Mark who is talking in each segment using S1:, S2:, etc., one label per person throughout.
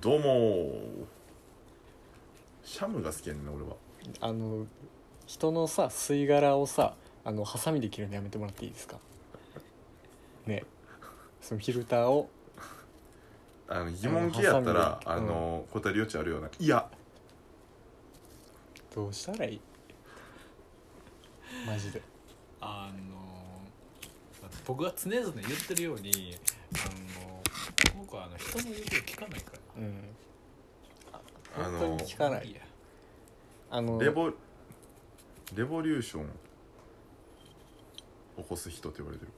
S1: どうもシャムが好きやねんな俺は
S2: あの人のさ吸い殻をさあのハサミで切るのやめてもらっていいですかねそのフィルターを
S1: あの疑問系やったらあ
S2: ハサミで
S1: の、答える余地あるようないや
S2: どうしたらいいマジで
S3: あの僕は常々言ってるようにあの僕はあの人の言うこと聞かないから
S2: うん
S1: あ
S2: 本当
S1: の
S2: に聞かない
S3: いや
S2: あの
S1: レボレボリューション起こす人って言われてる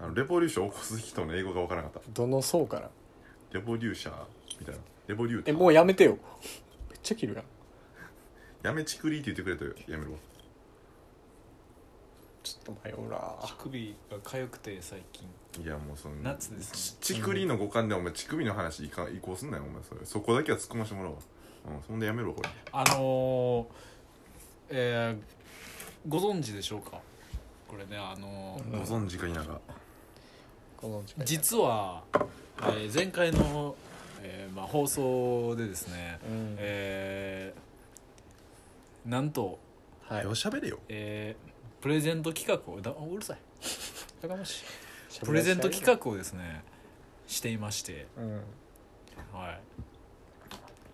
S1: あのレボリューション起こす人の英語が分からなかっ
S2: どの層から
S1: たレボリューシャーみたいなレボリューター
S2: えもうやめてよめっちゃ切るやん
S1: やめちくりって言ってくれたらやめろ
S2: ちょっと迷うな
S3: 乳首が痒くて最近
S1: いやもうその
S3: 夏ですね
S1: ちちくりの五感でお前ちくびの話いか移行すんなよお前それそこだけは突っ込ましてもらおうわうんそんでやめろこれ
S3: あのーえーご存知でしょうかこれねあのー
S1: ご存知か否か
S2: この時間
S3: 実は、えー前回の、えーまあ、放送でですね、
S2: うん
S3: えーなんと、
S2: はい
S1: ようしゃべれよ
S3: えープレゼント企画をだうるさい
S2: やかましい
S3: プレゼント企画をですねしていまして
S2: 画うん
S3: はい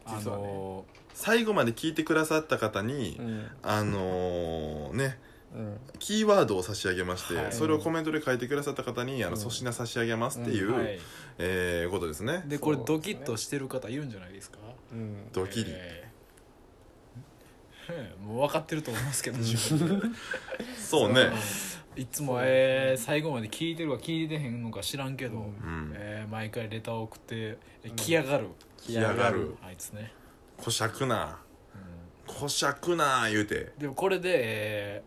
S3: あ
S1: 実はね
S3: の
S1: 最後まで聞いてくださった方に、
S2: うん
S1: あのーね
S2: うん
S1: キーワードを差し上げまして、
S3: はい
S1: それをコメントで書いてくださった方にあの
S2: うん
S1: 粗品差し上げますっていう、
S3: ーはい
S1: えーことですね
S3: でこれ
S2: そうですね
S3: ドキッとしてる方いるんじゃないですか
S2: うん
S1: ドキリ、
S3: えーへえもう分かってると思いますけど自 分で
S1: そうね
S3: いつも、えー最後まで聞いてるか聞いてへんのか知らんけど、
S2: う
S1: う
S2: ん
S1: ん
S3: えー毎回レターを送ってえ来やがる、
S1: 来やがる
S3: あいつね、
S1: こしゃくな
S3: う
S1: こしゃくな言うて
S3: んでもこれで、え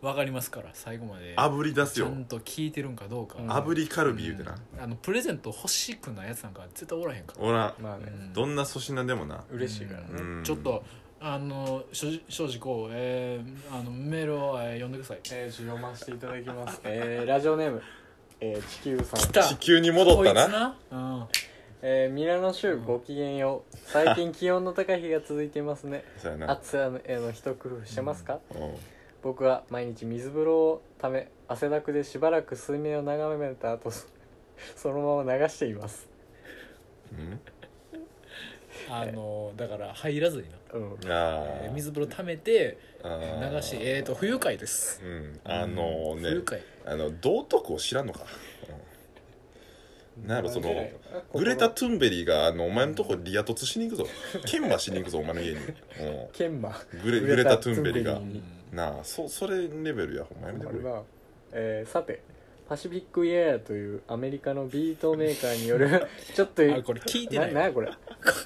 S3: ー、分かりますから最後まで
S1: 炙り出す
S3: ちゃ
S1: よ
S3: んと聞いてるんかどうか、
S2: うん
S1: 炙りカルビ言うてな、
S3: あのプレゼント欲しくないやつなんか絶対おらへんから、
S1: おらん
S2: まあね
S3: うん
S1: どんな粗品でもな
S2: 嬉しいからね
S1: うん
S3: ちょっとあの正正直こう、えー、あのメールを、えー読んでください
S2: えー、ちょ読ませていただきます。 えー、ラジオネーム、えー、地球さん。
S3: 来た
S1: 地球に戻ったな
S3: こいつな、うん、
S2: えー、ミラノ州ごきげんよう。最近気温の高い日が続いていますね。
S1: そうやな
S2: 暑さへの一工夫してますか、
S1: うん
S2: 僕は毎日水風呂をため、汗だくでしばらく水面を眺めた後、 そそのまま流しています。
S1: うん
S3: あのだから入らずにな、
S2: うん。
S1: あ
S3: えー
S1: ー
S3: 水風呂溜めて
S1: あー
S3: 流しえっ、と不愉快です
S1: うんあの
S3: 不
S1: ね
S3: 愉快
S1: あの道徳を知らんのか、うん、なんやろその
S2: 流れないのか
S1: グレタ・トゥンベリーがあのお前のとこリア突しに行く ぞ研磨しに行くぞお前の家に、う
S2: 研磨。
S1: ん、グレグレタ・トゥンベリー
S2: う
S1: が
S2: ん
S1: なあそそれレベルやほんまやめて
S2: あ
S1: く
S2: る
S1: れ
S2: なえーさてパシフィック・イエアというアメリカのビートメーカーによるちょっと
S3: あこれ聞いてな
S2: ないなんやこれ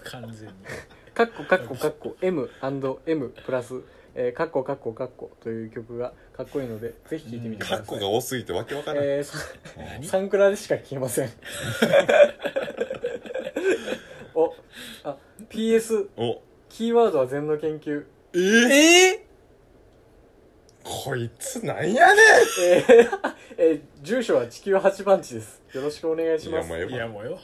S3: 完全に
S2: カッコカッコカッコ M&M プラス、えー、カッコカッコカッコという曲がかっこいいのでぜひ聴いてみてく
S1: カ
S2: ださい、
S1: ッコが多すぎてわけわからない、
S2: えーさ
S3: 何
S2: サンクラでしか聴けません おあ PS
S1: お
S2: キーワードは全の研究
S1: えー、
S3: え
S1: こいつなんやね
S2: えーえー住所は地球8番地ですよろしくお願い
S1: ん
S2: しま
S1: いや
S2: す
S1: も
S3: ー、
S1: う
S3: いや
S1: や
S3: もうよ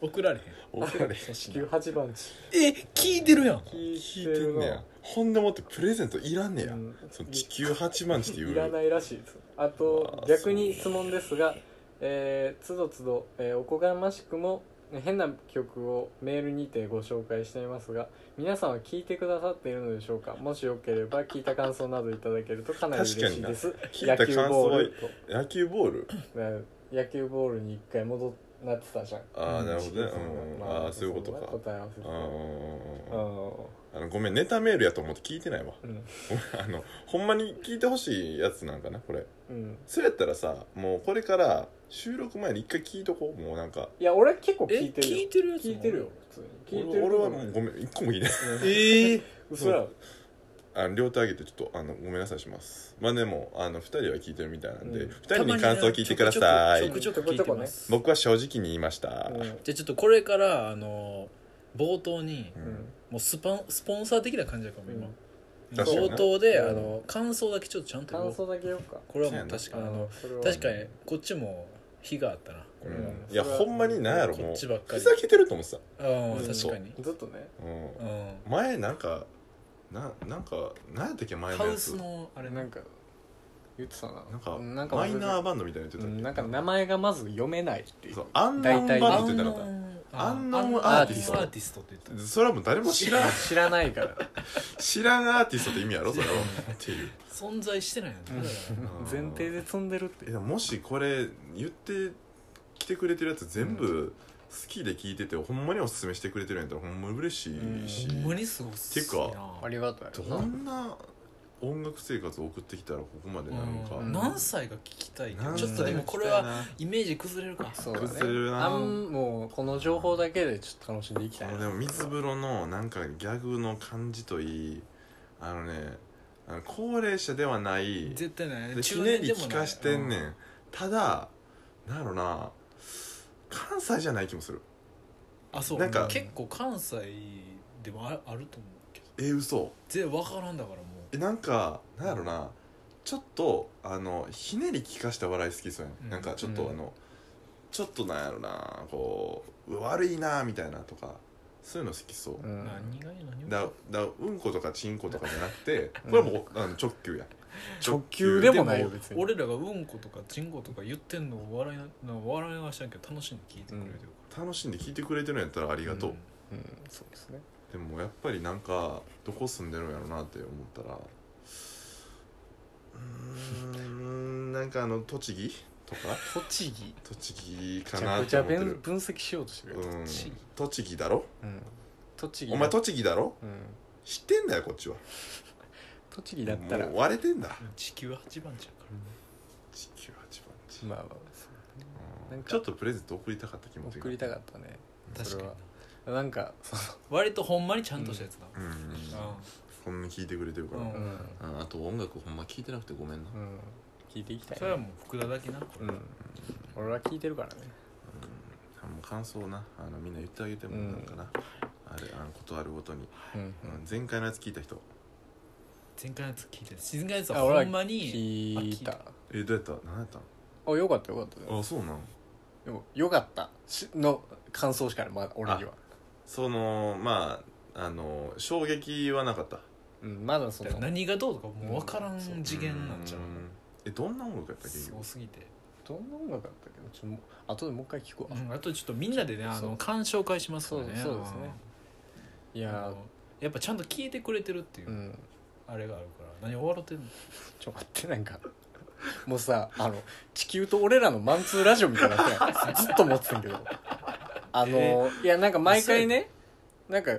S3: 送られへん
S1: ば怒られへん
S2: 地球8番地
S3: え聞いてるやん
S2: 聞
S1: 聞いてんねやほんでもってプレゼントいらんねや、
S2: うん
S1: その地球八万地って言う
S2: いらないらしいですあと
S1: あー
S2: 逆に質問ですがえー、つどつど、えーおこがましくもね変な曲をメールにてご紹介していますが皆さんは聞いてくださっているのでしょうかもしよければ聞いた感想などいただけるとかなり嬉しいです
S1: 確かにな聞いた感想は
S2: 野球ボール
S1: 野球ボール
S2: とね野球ボールに一回戻っなってたじゃん
S1: ああ
S3: うん
S1: なるほどね
S2: 地
S1: う
S2: 球村
S1: ん
S2: ま
S1: ああーそういうこと
S2: そ
S1: か
S2: んな答え合わせ
S1: うんうんうんうん
S2: て
S1: あのごめんネタメールやと思って聞いてないわ
S2: うん
S1: あのほんまに聞いてほしいやつなんかなこれ
S2: うん、うん、
S1: それやったらさもうこれから収録前に一回聞いとこうもうなんか
S2: いや俺結構聞い
S3: え
S2: てるよ
S3: 聞いてるやつも
S2: 聞いてるよ普通に聞いて
S1: 俺俺
S2: る
S1: はも
S2: う
S1: うごめん一個も聞いてない
S3: ええ
S2: 嘘やろ
S1: あの両手上げてちょっとあのごめんなさいしますまあでもあの2人は聞いてるみたいなんで、
S2: うん
S1: 2人に感想を聞いてください
S3: ちょくちょく聞いてます
S1: 僕は正直に言いました、
S2: うん
S3: じゃあちょっとこれからあの冒頭に
S1: う
S2: うんん
S3: もうスポンスポンサー的な感じだから今、
S1: うん確かに
S3: 冒
S1: ね
S3: 頭で、
S2: うん
S3: あの感想だけちょっとちゃんと言お
S2: 感
S3: う
S2: 想だけ言おうか
S3: これはもう確か
S2: あ
S3: にあの
S2: のそれは
S3: 確かにこっちも火があったな
S1: う
S3: これは、
S1: んいやほんまになんやろ
S3: こ
S1: も
S3: っ
S1: う
S3: ちばっか
S1: ふ
S3: り
S1: ざけてると思ってた
S3: ああ
S2: うん
S3: 確かに、
S2: ずっとね
S1: うん
S3: うん、
S1: 前なんかななんか何やったっけ前
S3: ハ
S1: のや
S3: ウ
S1: つ
S3: スのあれ
S2: な
S3: なん
S2: ん
S3: か
S2: か言ってたな
S1: なんか
S2: なんか
S1: マイナー
S2: ー
S1: バンドみたいなの言ってたっけ
S2: なんか名前がまず読めないっていう
S1: そうアンノ
S2: 大
S1: ンバ
S2: 体
S1: ン
S2: あ
S1: ドって言ってなかっ
S3: あ
S1: アンノン
S3: ア
S1: アー
S3: ーテ
S1: ティ
S3: ィス
S1: ス
S3: ト
S1: ト
S3: アーティストって言った
S1: たそれはもう誰も知らん
S2: 知らないから
S1: 知らんアーティストって意味やろそれはっていう
S3: 存在してないのだから
S1: うん
S2: 前提で積んでるって
S1: えでももしこれ言って来てくれてるやつ全部好きで聞いてて、ほんまにおすすめしてくれてるんやったらほんま嬉しいし、
S2: う
S3: ほんまにすごいっす
S1: てか
S3: な
S2: ありがたい
S1: どんな音楽生活を送ってきたらここまでなるのか、
S3: うん何歳が聞きたいけど
S1: 何
S3: ちょっとでもこれはイメージ崩れるか
S2: そうだね
S1: 崩れるな
S2: あんもうこの情報だけでちょっと楽しんでいき
S1: あ
S2: たい
S1: のでも水風呂のなんかギャグの感じといいあのねあの高齢者ではない
S3: 絶対ない
S1: でひ
S3: 中
S1: ね
S3: 年
S1: り
S3: で
S1: 聞
S3: もない
S1: かしてんねん、
S3: う
S1: ただなんやろな関西じゃない気もする
S3: あそう
S1: なんか
S3: 結構関西でもああると思うけど
S1: え嘘
S3: 全然分からんだからも
S1: えなんかなんやろなちょっとあのひねり聞かした笑い好きそうやん、
S3: うん
S1: なんかちょっと、
S2: うん
S1: あのちょっとなんやろなこうう悪いなみたいなとかそういうの好きそう、
S2: うん
S3: う何がいい何が
S1: だ
S3: いい
S1: だうんことかちんことかじゃなくて
S2: うん
S1: これはもうあの直球や
S2: 直球でもないよ
S1: で
S2: 別に
S3: 俺らがうんことかちんことか言ってんのを笑いななんか笑いはしないけど楽しんで聞いてくれてるから、
S1: 楽しんで聞いてくれてるんやったらありがとう、
S3: ん
S2: うんそうですね
S1: でもやっぱりなんかどこ住んでるんやろうなって思ったらうーんなんかあの栃木とか
S2: 栃木
S1: 栃木
S2: め
S1: か
S2: ちゃ
S1: な
S2: く
S1: っ
S2: ち
S1: て
S2: ゃ
S1: 思って
S2: 分
S1: る
S2: 分析しようとしてるよ
S1: うん
S3: 栃木
S1: 栃木だろ
S2: うん栃木
S1: お前栃木だろ
S2: うん
S1: 知ってんだよこっちは
S2: 栃木だったら
S1: もう
S2: ま
S1: 割れてんだ
S3: 地球は8番じゃから
S1: 地球八番地
S2: あまあそう
S1: うん
S2: なんか
S1: ちょっとプレゼント送りたかった気持ちが
S2: 送りたかったね
S3: 確かにな
S2: なんかそう
S3: 割とほんまにちゃんとしたやつだ、
S1: うん
S3: う
S1: こんな聞いてくれてるから
S3: うん
S2: うん
S1: ああと音楽ほんま聞いてなくてごめんな
S2: うん聞いていきた
S3: ん
S2: い
S3: それはもう福田だけなこ
S2: う
S3: れ、
S2: ん俺は聞いてるからね
S1: あもう感想なあのみんな言ってあげても
S2: うん
S1: なんかな、あれあのことあるごとに、
S2: うん
S1: うん、前回のやつ聞いた人
S3: 前回のやつ聞いてる前回のやつ
S2: あ
S3: は
S2: 俺は
S3: ほんまに
S2: 聞い
S3: あ
S2: た
S1: えどうやった何やったん
S2: あよかったよかった
S1: あそうなん
S2: でもよかったしの感想しかないまだ俺には
S1: そのまああの衝撃はなかった
S2: うんまだその
S3: 何がどうとかもう分からん次元なんちゃう
S1: うんえどんな音楽やったっけ
S3: すごすぎて、
S2: どんな音楽だったっけどちょっともう後でもう一回聞くわ
S3: うん、あとちょっとみんなでねあ
S2: そ
S3: の
S2: う
S3: 鑑賞会しますからね
S2: そうそうですねい
S3: い
S2: や
S3: やっぱちゃんと聞いてくれてるってい
S2: ー
S3: う、
S2: うん
S3: あれがあるから何終わろうてんの
S2: ちょっと待ってなんかもうさあの地球と俺らのマンツーラジオみたいになってないずっと思ってたんやけどあのいやなんか毎回ねなんか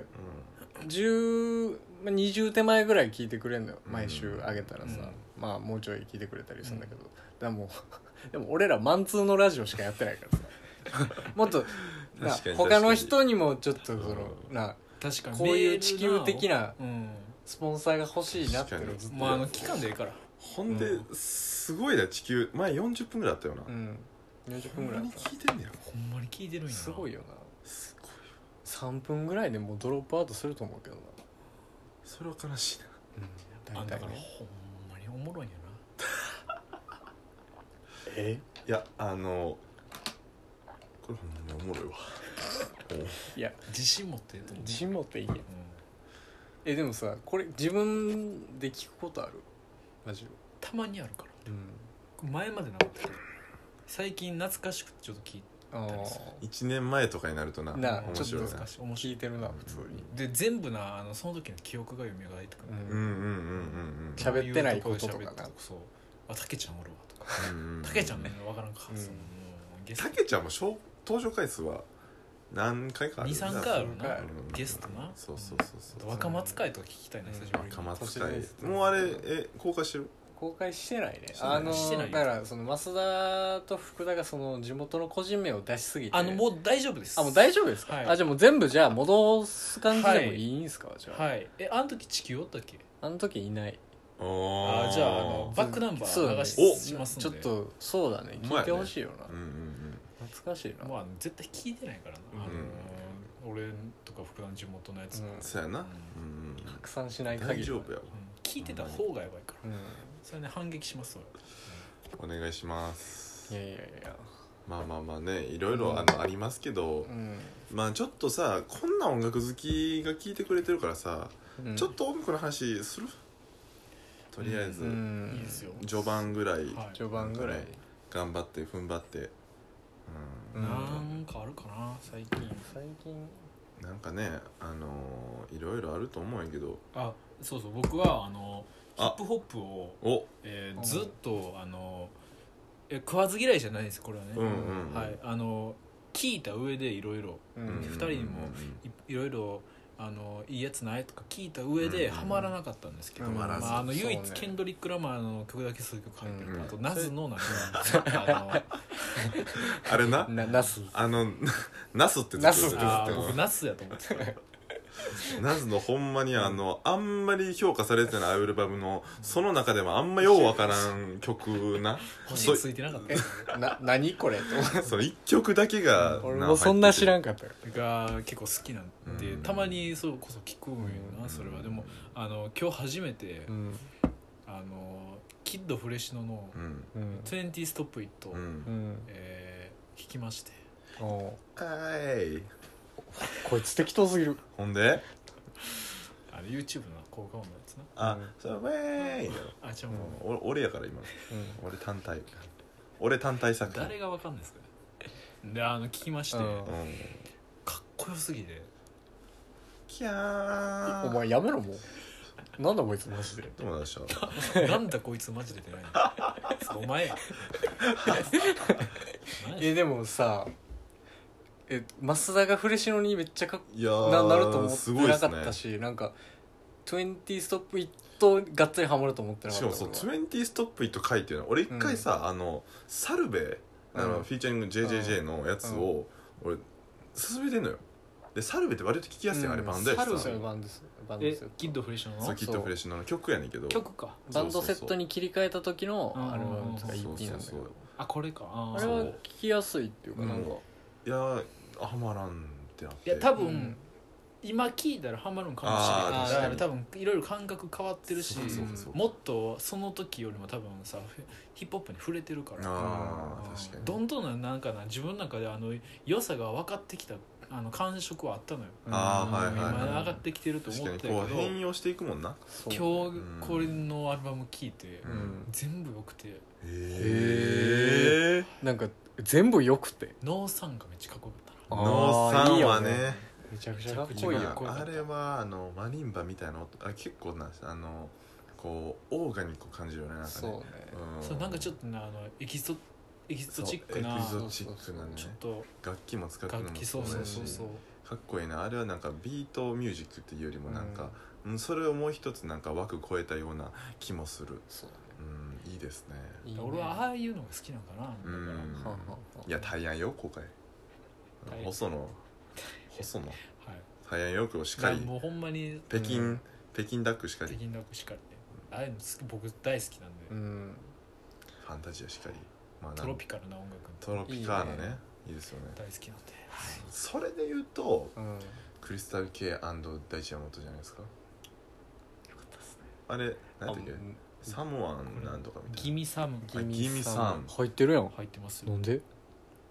S2: 10まあ20手前ぐらい聞いてくれんのよ
S1: うん
S2: 毎週あげたらさ、
S3: う
S2: まあもうちょい聞いてくれたりするんだけど、でもうでも俺らマンツーのラジオしかやってないからさ もっとな
S1: 確かに
S2: 他の人にもちょっとその
S1: うん
S2: な
S3: 確かに
S2: こういう地球的な
S3: うん
S2: スポンサーが欲しいなっていうのを
S1: 確か
S2: ずっと
S3: まああの期間でいいから
S1: ほんで、
S2: う
S1: すごいな地球前40分ぐらいあったよな、
S2: うん40
S1: ほ
S2: 分
S1: ん
S2: ぐ
S1: ま
S2: らいあ
S1: に
S2: った
S1: 聞いてんねや
S3: ほんまに聞いてるんやな
S2: すごいよな
S1: すごい
S2: 3分ぐらいでもうドロップアウトすると思うけどな、
S1: それは悲しいな
S3: あ
S2: 大
S3: だ
S2: 体
S3: から
S2: ね
S3: ほんまにおもろいんやな
S2: え
S1: いやあのこれほんまにおもろいわ
S2: いや
S3: 自信持ってると思う
S2: 地元いいやん
S3: うん
S2: えでもさこれ自分で聞くことあるラジ
S3: たまにあるから
S2: オうん
S3: 前までなかったけど最近懐かしくてちょっと聞い
S2: あ
S1: 1年前とかになるとな
S2: あなあ
S1: 面
S2: ちょ
S1: 白
S2: っと
S1: いな
S3: 懐かしい面白
S2: 聞
S3: い
S2: いてるな普通に
S3: で全部なあのその時の記憶が蘇ってくる
S1: うんうんうんうんうん
S2: 喋ってない
S3: こうう
S2: こととかな
S3: 喋ってそうあたけちゃんおるわとか
S1: うんうん
S3: たけちゃんね分からんか
S2: うん
S3: そのもうゲス
S1: た
S3: ト
S1: けちゃんも小登場回数は何回かあるよな
S3: 23回ある
S2: 回あ
S3: な
S2: る
S1: うん
S3: ゲストな
S1: そうそう
S3: あ
S1: そう
S3: と
S1: そう
S3: 若松会とか聞きたいな
S2: うん
S3: 久しぶりに
S1: 若松
S2: 都市伝
S1: 会
S2: 説
S1: もうあれえ公開してる
S2: 公開してないね
S1: してない
S2: あの
S3: してないよ
S2: だからその増田と福田がその地元の個人名を出しすぎて
S3: あのもう大丈夫です
S2: あもう大丈夫ですか、
S3: はい
S2: あじゃあもう全部じゃあ戻す感じでもいいんすか、じゃあ、
S3: はいえあの時地球おったっけ
S2: あの時いない
S1: あ
S3: あ
S1: ー
S3: じゃああのバックナンバー流ししますんで
S2: ちょっとそうだね
S1: うまいね
S2: 聞いてほしいよな、
S1: うんうんうん
S2: 懐かしいな、
S3: まあ絶対聞いてないからな、あの
S1: うん
S3: 俺とか福田の地元のやつ、
S2: う
S3: うんん
S1: そうやな
S2: 拡散しな
S1: う
S2: い
S1: ん
S2: 限り
S1: 大丈夫やわ
S3: 聞いてた方がやばいから、
S2: うん
S3: それね反撃しますそれ
S1: お願いします
S2: いやいやいや
S1: まあまあまあねいろいろあのありますけど
S2: うん
S1: まあちょっとさこんな音楽好きが聞いてくれてるからさ
S2: うん
S1: ちょっと音楽の話するとりあえず
S2: うん
S3: いいですよ
S1: 序盤ぐらい
S3: はい
S2: 序盤ぐらい
S1: 頑張って踏ん張ってうん
S3: なんかあるかな最近
S2: 最近
S1: なんかねあのーいろいろあると思うんやけど
S3: あそうそう僕はあのヒ
S1: あ
S3: ップホップを、
S1: お
S3: えー
S2: うん
S3: ずっとあのえ食わず嫌いじゃないですこれはね、
S1: うんうん
S3: はいあの聞いた上でいろいろ
S2: う
S1: うん
S2: ん
S3: 二人にもいいろいろあのいいやつないとか聞いた上
S1: う
S3: で
S1: ん
S3: ハマらなかったんですけど、
S2: うん
S1: ハマらず
S3: まあ、あの
S2: そう
S3: 唯
S2: ね
S3: 一ケンドリック・ラマーの曲だけ数曲入ってる、
S1: うん
S3: あとナズのなんかあ
S1: あれな
S2: なナス
S1: あの ナスってずっと言っ
S2: ナ
S3: の
S2: ス
S1: て
S3: あー
S1: る
S3: 僕ナスやと思ってた
S1: ナスのほんまにあのあんまり評価されてないアルバムのその中でもあんまようわからん曲 な
S3: 星ついてなかった
S2: な何こ れと思って
S1: その一曲だけが
S2: 俺もそんな知ら
S1: ん
S2: んかったよ
S3: が結構好きなんで、
S1: うん
S3: たまにそうこそ聞くんよな、それはでもあの今日初めて、
S2: うん
S3: あのキッドフレッシュノの
S1: うん
S2: うん
S3: 「20ストップ・イット」
S1: うん
S2: うん
S3: えー聞きまして
S2: おう
S1: かーい
S2: こいつ適当すぎる
S1: ほんで
S3: あの YouTube の効果音のやつな
S1: あ
S2: うん
S1: それウェーイだろ
S3: あじゃあもう、
S1: 俺俺やから今の
S2: うん
S1: 俺単体俺単体作品
S3: 誰がわかんないですかねであの聞きまして、
S2: うん
S1: うん
S3: かっこよすぎて
S1: キャー
S2: お前やめろもうなんだこいつマジで
S1: どうもどうでしょう
S3: なんだこいつマジで出ないのそうお前 や何や
S2: えでもさえ増田がフレシノにめっちゃかっ
S1: いやー
S2: ななると思って
S1: すごいっ
S2: な
S1: す
S2: か
S1: ね
S2: ったし、なんか20ストップイットがっつりハマると思ってなか
S1: し
S2: っ
S1: か
S2: た
S1: もそう「
S2: 俺は
S1: 20ストップイット回」っていうのは俺一回さ、あのサルベあの、
S2: うん
S1: フィーチャリング JJJ のやつを、俺勧めてんのよでサルベって割と聞きやすい、あれバンドやし
S2: サ
S1: さ
S2: ルそういうバンドですバンドで
S3: え
S2: すよ
S3: キッドフレッシュ
S1: そ
S3: の
S1: うキッドフレッシュの曲やねんけど
S3: 曲か
S2: バンドセットに切り替えた時の
S3: うん
S2: アルバムとか
S1: そう
S2: EP
S1: そう
S2: な
S1: そ
S2: ん
S1: うそ
S2: だけど
S1: う
S3: あこれかあ
S2: あ
S3: ー
S2: れは
S1: そう
S2: 聞きやすいっていうか
S1: うん
S2: なんか
S1: いやーハマらんってなっ
S3: い
S1: て
S3: や多
S2: 多
S3: 分、
S2: 分
S3: 今聞いたらハマるんかも
S1: あ
S3: し
S2: ー
S3: れないだから
S1: 確か
S3: 多分いろいろ感覚変わってるし
S1: そうそうそう
S3: もっとその時よりも多分さフヒップホップに触れてるから
S1: あ
S3: うん
S1: ー確かに
S3: どんどんなんかな自分の中であの良さが分かってきたあの感触はあったのよ
S1: あー
S3: うん
S1: はいはいはい
S3: 今上がってきてると
S1: 確
S3: 思っ
S1: かに
S3: てたけど
S1: こう変容していくもんな
S2: そう
S3: 今
S1: うん
S3: 日これのアルバム聴いて、
S1: うん
S3: 全部良くて
S1: へえ
S2: なんか全部良くて
S3: ノーサンがめっちゃかっこよかったな
S1: ノー
S2: あ
S1: さ
S2: ーいい
S1: ん
S2: よ
S1: はね
S2: めちゃくちゃかっ
S3: めちゃ
S2: こ
S3: く
S2: い
S3: ち
S2: い
S3: ゃかっ
S2: よ
S3: こいい
S1: あれはあのマリンバみたいな音あ結構なあのこうオーガニックを感じるよねなんかね
S2: そうね
S1: うん
S3: そうなんかちょっとなあのエキゾエキゾチック
S1: そう
S3: な
S1: エキ
S3: ち
S1: ゾチックなね
S3: ょっと
S1: 楽器も使ってるの
S3: 楽
S1: も
S3: 器そうそうそう
S1: そ
S3: そう
S1: うかっこいいなあれはなんかビートミュージックっていうよりもなんか、うん、それをもう一つなんか枠超えたような気もする
S2: そう
S1: うんいいですね
S2: いいね
S3: 俺はああいうのが好きなんかな
S1: う
S3: だから
S1: ん
S2: はあはあはい
S1: や大安よ今回
S3: 大安
S1: 細野細野
S3: はい
S1: 大安よくしかり
S3: もうほんまに
S1: 北京、
S2: うん
S1: 北京ダックしかり
S3: 北京ダックしかりねああいうの好き僕大好きなんで、
S2: うん
S1: ファンタジアしかり、まあなん
S3: トロピカルな音楽
S1: トロピカーナね
S2: いいね
S1: いいですよね
S3: 大好きなんで、
S1: それで言うと
S2: うん
S1: クリスタル系大地山本じゃないですかあれ何だっけサモアンなんとかみたい
S3: ギミサム
S1: なあギミサン
S2: 入ってるやん
S3: 入ってます
S2: な
S3: よ
S2: んで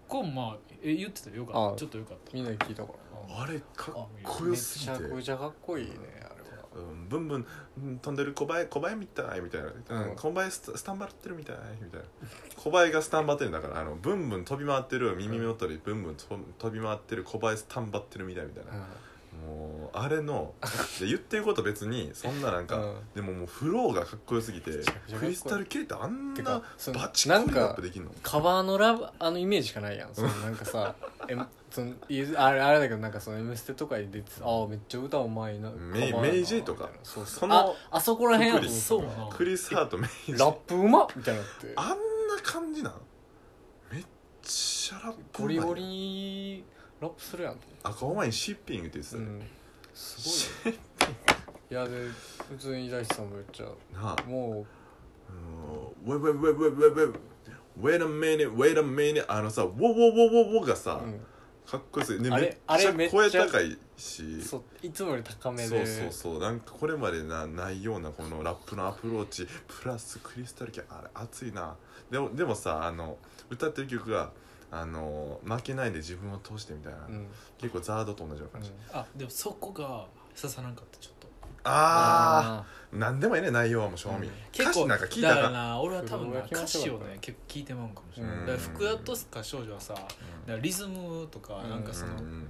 S3: こんまあえ言ってたよよか
S2: あ
S3: ったちょっとよかった
S2: みんなで聞いたから
S1: あれかっこ
S2: め
S1: よ
S2: っ
S1: すぎ
S2: ち
S1: て
S2: ゃくちゃかっこいいねあ
S1: うんブンブンうん飛んでる小林小林みたいみたいな、う
S2: うん
S1: ん、小林スタスタンバってるみたいみたいな小林がスタンバってるんだからあのブンブン飛び回ってる耳元りブンブンと飛び回ってる小林スタンバってるみたいみたい
S2: れ
S1: な、
S2: は
S1: もうあれので言ってること別にそんななんか、
S2: うん
S1: でももうフローがかっこよすぎて
S2: ちゃくちゃかっこいい
S1: クリスタル系ってあん
S2: て
S1: な
S2: か
S1: バ
S2: その
S1: チコリ
S2: なんか
S1: ラップできんの
S2: カバーのラブあのイメージしかないやんそのなんかさえそのいあれあれだけどなんかその「M ステ」とかに出てさああめっちゃ歌うまいな
S1: メイ
S2: カバーやな
S1: メイジェイとか
S2: みたいなそうそ
S1: そうの
S2: ああそこら辺やと思
S3: そう
S2: った
S3: な
S1: クリス・ハートメイジ
S2: ラップうまっみたいになって
S1: あんな感じなんめっちゃラップう
S2: ゴ
S1: まい
S2: リ
S1: やん
S2: ゴリにラップするやんと思って
S1: 赤ワインシッピングって言ってた
S2: う
S1: よ、
S2: んす ごいよいやで普通に大志さんも言っちゃう
S1: なあ
S2: も
S1: 「ウェウェウェウェウェウェウェ Wait a minute, wait a minute あのさ「ウォウォウォウォウォ」が
S2: う、
S1: さ、
S2: うん、
S1: かっこよすぎで
S2: あれ
S1: めっ
S2: あ
S1: ち
S2: れ
S1: ゃ
S2: めっちゃ
S1: 声高いし
S2: そういつもより高め
S1: そ
S2: で
S1: うそうそうなんかこれまでなないようなこのラップのアプローチプラスクリスタルキャあれ熱いなでもでもさあの歌ってる曲があの負けないで自分を通してみたいな、
S2: うん、
S1: 結構ザードと同じような感じ、
S3: あでもそこが刺さらんかったちょっと
S1: あ
S2: あ
S1: あなんでもええね内容はもう正味、
S2: うん
S1: 歌詞なんか聞いた
S3: だ
S1: らあか
S3: か
S1: らん
S3: な俺は多分
S2: それ
S3: な
S2: が気
S3: 歌
S2: 持ち
S3: 詞
S2: よか
S3: を
S2: った
S3: ね結構聞いてまうんかもしれな
S2: う
S3: い、
S2: ん
S3: だから福田とか少女はさだか
S1: うん
S3: らリズムとかなんかその、
S1: うんうんうん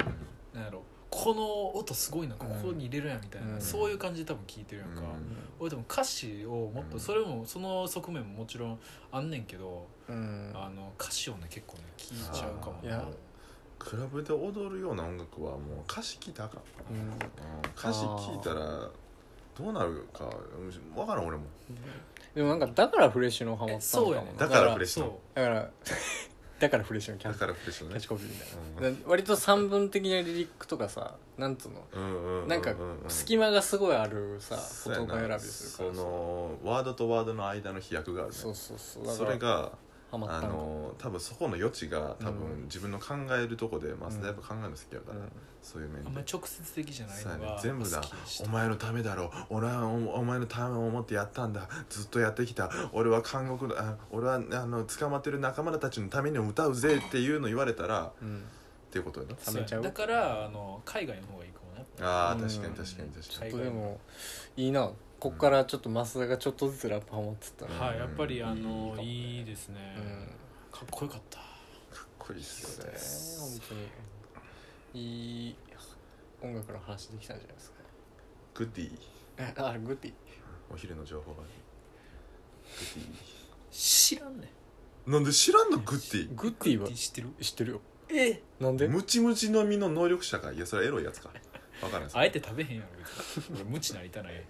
S3: なんやろこの音すごいなここに入れるやんみたいな、
S2: うん
S3: そういう感じで多分聞いてるやんか、
S1: うん
S3: 俺でも歌詞をもっ
S1: う
S3: と
S1: ん
S3: それもその側面ももちろんあんねんけど、
S2: ーうん
S3: あの歌詞をね結構ね聞いちゃうかも
S2: いや
S1: クラブで踊るような音楽はもう歌詞聞いたらあかん、
S2: うん
S1: うん歌詞聞いたらどうなるか分からん俺も
S2: でもなんかだからフレッシュのハマったの
S3: そう
S2: か
S3: や
S2: も
S3: ね
S1: だ
S2: だ
S1: か
S2: からら
S1: フレッシュな
S3: そう
S2: だから だからフレッシュのキャ
S1: だ
S2: ンキ
S1: からフレッシュ
S2: ャッ
S1: ね
S2: チコピーみたいな
S1: う
S2: だ割と散文的なリリックとかさなんつうの
S1: うんううう
S2: なんか隙間がすごいあるさ
S1: そうや
S2: 言葉
S1: な
S2: 選びするから
S1: そ
S2: さ
S1: のワードとワードの間の飛躍があるね
S2: そうそうそうだ
S1: そ
S2: から
S1: れが
S2: ハマ
S1: あ
S2: ったの
S1: の多分そこの余地が多
S2: うん
S1: 分自分の考えるとこで増田やっぱ考えるの好きや
S2: か
S1: かららそういう面
S3: あんま
S1: で
S3: り直接的じゃない
S1: そうや
S3: の
S1: ね
S3: が
S1: 全部だ
S3: 好きでした
S1: お前のためだろ俺はおお前のためを思ってやったんだずっとやってきた俺は監獄だあ俺はあの捕まってる仲間たちのためにも歌うぜっていうの言われたら
S2: うんうん
S1: っていうことよな
S2: 冷めちゃう
S3: だからあの海外の方がいいかもね
S1: あー
S2: うん
S1: 確かに確かに確か
S3: は
S1: に
S3: い
S2: ちょっとでもいいなこっからちょっと増田がちょっとずつラップハマってたね
S3: はいやっぱりあの
S2: いいかもね
S3: いいですね
S2: うん
S3: かっこよかった
S1: かっこいいっすよね
S2: 本当にいい音楽の話できたんじゃないですか
S1: グッディ
S2: えあグッディ
S1: お昼の情報がグッデ
S3: 知らんね
S1: ィなんで知らんのグッディ
S2: グッディは
S3: 知ってる
S2: 知ってるよ
S3: え
S2: なんで
S1: ムチムチの実の能力者かいやそれはエロいやつか分からんす
S3: あえて食べへんやろ別に俺無知なりたない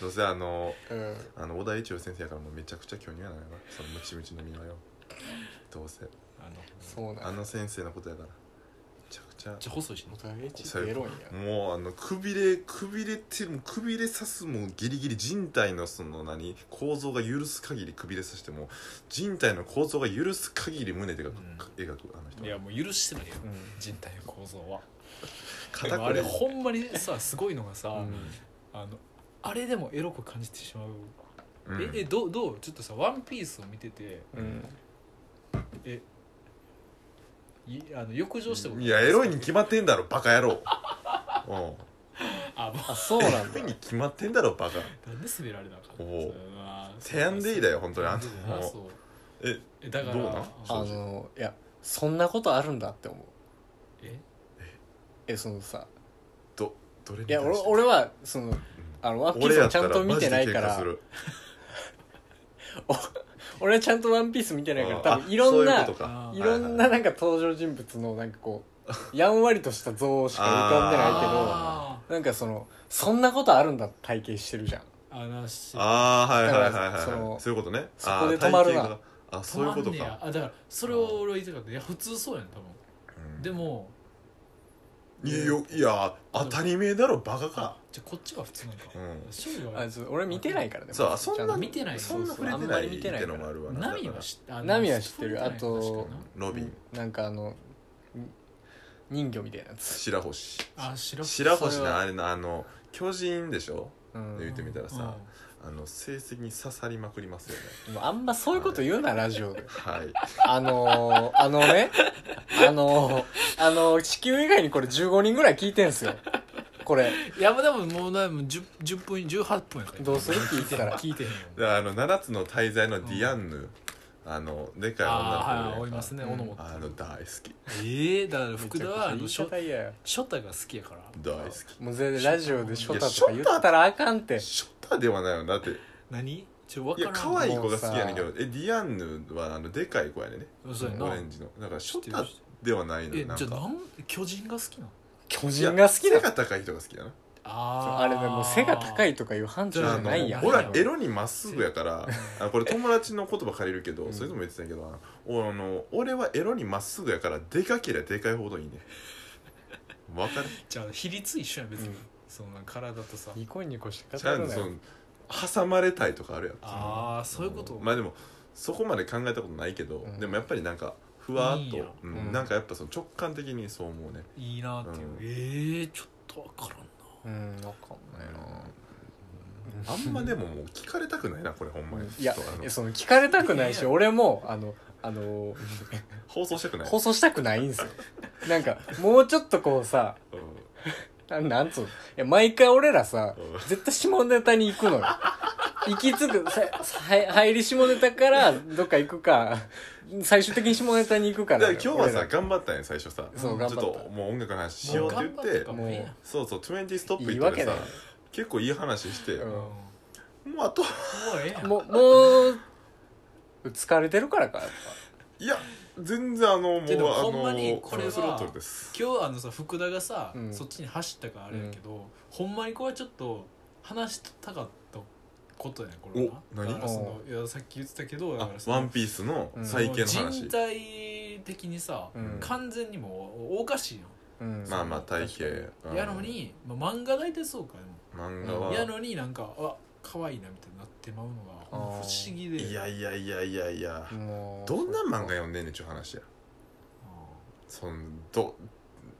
S1: どうせあの
S2: うん
S1: あの小田一郎先生やからもうめちゃくちゃ巨乳やないわそのムチムチの実はよどうせ
S3: あの
S2: そうな
S1: あ
S2: んだ
S1: の先生のことやからめちゃくちゃ
S3: じゃ細いしね
S2: お互いエッチってエロいんや
S1: もうあのくびれくびれてもうくびれさすもうギリギリ人体のその何構造が許す限りくびれさしても人体の構造が許す限り胸でが、
S3: うん
S1: 描くあの人
S3: いやもう許してないよ
S2: うん
S3: 人体の構造はで
S1: 肩
S3: も
S1: こ
S3: あ
S1: り
S3: れほんまにさすごいのがさ、
S2: うん
S3: あのあれでもエロく感じてしまう、
S1: うん
S3: ええどうどうちょっとさ「ワンピースを見てて
S2: うん
S3: いあの浴場しても
S1: いやエロいに決まってんだろバカ野郎うん
S3: あも
S2: あそうな
S1: エ
S2: ん
S1: ロい
S2: だ
S1: に決まってんだろバカ
S3: うなんで滑られなあかった
S1: おお
S3: う
S1: 手やんでいいだよ本当にあ
S3: あ
S1: ん
S3: ん
S1: た
S3: そう
S1: もうえ
S3: えだから
S1: どうなん
S2: あ
S1: そう
S2: のいやそんなことあるんだって思う
S3: え
S2: えそのさ
S1: どどれに
S2: いや
S1: 対
S2: 俺
S1: して
S2: 俺はそのあのワンピースをちゃんと見てないから
S1: 俺やったらマジで喧嘩する
S2: 俺はちゃんとワンピース見てないから多
S1: あ
S2: 分いろん
S1: そういう
S2: な
S1: ことか
S3: あ
S2: いろんななんか登場人物のなんかこうやんわりとした像しか浮かんでないけど
S3: あ
S2: なんかそのそんなことあるんだ体型してるじゃん
S3: ーあなし
S1: ああはいはいはいはい
S2: だからそ
S1: は
S2: の
S1: いそういうことね
S2: そこで止まるな
S1: あー体型があそういうこと
S3: 止まんねや
S1: か
S3: あだからそれを俺は言いたかったいや普通そうやん多分
S1: うん
S3: でも
S1: いやよいや当たり前だろバカか
S3: あじゃあこっちが普通なんか
S1: うん
S3: 勝利は
S2: あちょ俺見てないからね
S1: そうあそんな
S3: 見てない
S1: そんな触れて
S2: あん
S1: な
S2: ま
S1: い
S2: り見てない
S1: ってのもあるわな
S3: 波
S1: だか
S3: は
S1: ら
S3: 知ってあ
S2: ナミは知ってる
S3: そうだよね
S2: あと
S3: 確かに
S1: ロビン
S2: なんかあの人魚みたいなやつ、
S1: 白星
S3: なあ白
S1: 白星
S2: それ
S1: の
S2: は
S1: あれのあの巨人でしょ
S2: うん、
S1: 言う
S2: で
S1: てみたらさあの成績に刺さりまくりますよね
S2: もあんまそういうこと言うなラジオで
S1: はい
S2: あのー、あのねあのー、あのー、地球以外にこれ15人ぐらい聞いてんすよこれ
S3: いやもう多分もうなもう 10, 10分18分やから
S2: どうする聞いてたら
S3: 聞いてへんよ
S1: であの7つの大罪のディアンヌ、あのでかい女
S3: あ
S1: の
S3: あはい
S1: 子
S3: 追い
S1: いるやんか
S3: ますね斧持って
S1: あの大好き
S3: ええだから福田はあ
S2: め
S3: の
S2: ち
S3: シ
S2: ゃく
S3: ョ
S2: ちゃ言い方嫌や
S3: ショタが好きやから
S1: 大好
S2: もう全然ラジオでショタとか言
S1: いやショタ
S2: ったらあかんって
S1: きショタではないよだって
S3: 何ちょっ
S1: い
S3: と
S1: や
S3: 分からん
S1: 可愛い子が好きやねんけどえディアンヌはあのでかい子やねんね
S3: そうやな
S1: オレンジのだからショ
S3: 知っ
S1: タ
S3: てる知って
S1: ではないの
S3: え
S1: よなん
S3: じゃあな
S1: か
S3: ん巨人が好きなの
S2: 巨人が好き
S1: いや背
S2: だ
S1: が高い人が好きだな
S3: あ
S2: あれでもう背が高
S3: い
S2: いとかいう範疇じゃ
S1: あの
S2: ないやん
S1: ほ
S3: 俺
S1: らエロにまっすぐや からあこれ友達の言葉借りるけど、
S2: ん
S1: それでも言ってたんやけどおあの俺はエロにまっすぐやからでかけりゃでかいほどいい ねわかる
S3: じゃあ比率一緒やん別に、
S2: うん
S3: その体とさ
S2: ニコニコして
S1: ちゃ
S2: 語
S1: んと
S2: るな
S1: そ
S2: よ
S1: の挟まれたいとかあるやん
S3: ああそういうこと、
S1: まあでもそこまで考えたことないけど、
S2: うん
S1: でもやっぱりなんかふわ
S3: い
S1: っ
S3: い
S1: と
S3: やん
S1: うん
S2: うん
S1: なんかやっぱその直感的にそう思うね
S3: いいなっていう、
S1: うん
S3: ええー、ちょっとわからんな
S2: うん分かんない
S1: あんまでももう聞かれたくないなこれほんまに
S2: いや
S1: ちょっとあの
S2: その聞かれたくな い
S3: い
S2: し
S3: や
S2: 俺もあのあの
S1: 放送したくない
S2: 放送したくないんですよなんかもうちょっとこうさ
S1: う
S2: ななんつうのいや毎回俺らさ
S1: うん
S2: 絶対下ネタに行くのよ行き着くささ入り下ネタからどっか行くか最終的に下ネタに行くか
S1: んだ
S2: ら
S1: から今日はさ
S2: 俺ら
S1: 頑張ったんや最初さ
S2: そう
S1: ちょ
S2: 頑
S1: っ
S2: 張った
S1: ともう音楽の話しようって言っ
S3: もう頑張って
S1: て
S3: た
S2: もう
S1: そうそう20ストップ
S2: いい
S1: 行
S2: わ
S1: って
S2: け
S1: さ
S2: だよ
S1: 結構いい話して
S2: うん
S3: も
S1: もうあと
S3: うええやん
S2: もうもう疲れてるからかやっ
S1: いや全然あのもう
S3: けどほん
S1: あ
S3: まに
S1: の
S3: これは
S1: フルスロットルです
S3: 今日あのさ福田がさ、
S2: うん
S3: そっちに走ったからあれやけど、ほんまにこれはちょっと話したかったことやねこれは
S1: お何
S3: だからそのいやさっき言ってたけどだ
S1: あ
S3: からその
S1: ワンピースの
S2: うん
S1: 再建の話
S3: 人体的にさ、
S2: うん
S3: 完全にもうおかしいや
S2: ぱ、うん
S1: まあまあ体型うん
S3: んやのに、まあ、漫画大体そうかで
S1: 漫画
S2: あ
S3: も
S1: は
S3: やのになんかあ可愛いなみたいになってまうのがほんま不思議で
S1: いやいやいやいやいや
S2: もう
S1: どんな漫画読んでんねんちゅう話や
S3: う
S1: そのど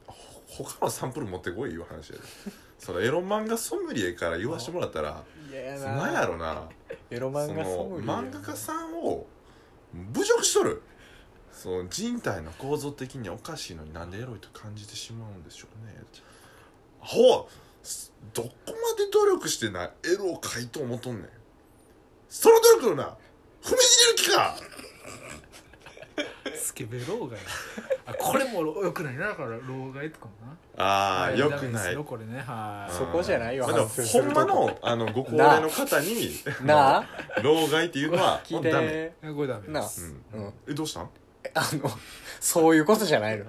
S1: ほ他のサンプル持ってこいいう話やでそのエロ漫画ソムリエから言わしてもらったら
S2: いやや
S1: そ
S2: な
S1: なんやろな
S2: エロ漫
S1: そ
S2: 画ソ
S1: の
S2: ムリエ
S1: 漫画家さんを侮辱しとるその人体の構造的におかしいのになんでエロいと感じてしまうんでしょうねほうすどこまで努力してなエロを描いと思とんねんその努力をな踏みにじる気か
S3: んスケベ老害あこれもよくないなだから老害とかもな
S1: ああ
S3: は
S1: よ
S3: ダ
S1: く
S3: メで
S1: な
S3: す
S1: い
S3: よこれねはい
S2: そこじゃないよ
S1: まあでも
S2: 反省す
S1: ほ
S2: る
S1: ん
S2: と
S1: ま
S2: こ
S1: のあのご高齢の方に
S2: なあ
S1: あの老害っていうのは
S2: 聞い
S1: ダメ
S2: て
S3: これダメです
S2: なあ
S1: う
S2: うん
S1: えどうしたん
S2: あのそういうことじゃないの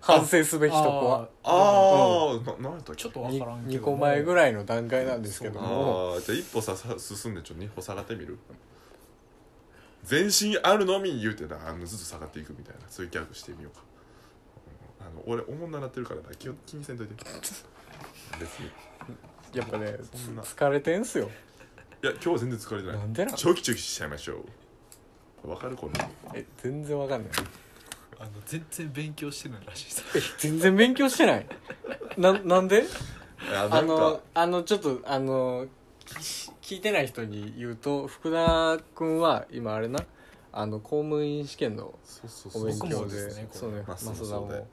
S2: 反省すべきとこは
S1: ああ何やったっけ
S3: ちょっとわからんけど
S2: 2個前ぐ
S3: い
S2: らいの段階なんですけど
S1: あ
S2: も
S1: ーじゃあ一歩ささ進んでちょっと二歩下がってみる全身あるのみ言うてなあのずっと下がっていくみたいなそういうギャグしてみようかうんあの俺おもんななってるからな気を気にせんといて別にい
S2: やっぱね
S1: そんな
S2: つ疲れてんすよ
S1: や今日は全然疲れてな
S2: ないんでなん
S1: チョキチョキしちゃいましょうわかるこれ
S2: え全然わかんない
S3: あの全然勉強してないらしいさ
S2: え全然勉強してないななんで
S1: あ
S2: あ
S1: なんか
S2: のあのちょっとあのき聞いてない人に言うと福田君は今あれなあの公務員試験の
S1: そうそう
S2: お
S1: そう
S2: 勉
S3: 僕
S2: 強
S3: も
S2: で
S3: ですねこれ
S2: そうね
S1: ま
S2: 増
S1: あ
S2: 田
S1: そうそうで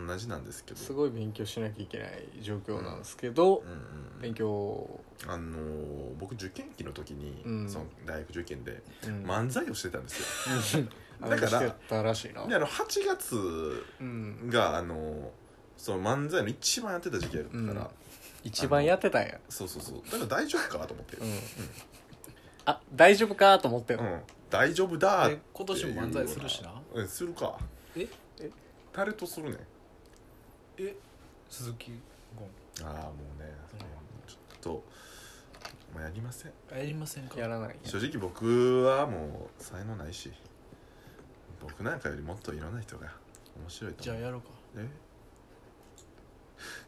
S2: も
S1: 同じなんですけど
S2: すごい勉強しなきゃいけない状況なんですけど
S1: うんうん
S2: 勉強
S1: あのー僕受験期の時に、
S2: うん
S1: その大学受験で
S2: うん
S1: 漫才をしてたんですよ、
S2: あ
S1: だ
S2: の
S1: から
S2: してたらしいな
S1: であの8月
S2: うん
S1: があのーその漫才の一番やってた時期やったから、
S2: うん一番やってたんや
S1: そうそうそうだから大丈夫かと思って、
S2: うんあ大丈夫かと思って
S1: うん大丈夫だ
S3: え今年も漫才するしな
S1: えするか
S3: え
S2: え
S1: 誰とするねん
S3: え鈴木ゴン
S1: ああもうね、ちょっと、まあ、やりません
S3: あやりませんか
S2: やらないんや
S1: 正直僕はもう才能ないし僕なんかよりもっといろんな人が面白いと
S3: じゃ
S1: 思
S3: あ
S1: う
S3: やろうか
S1: え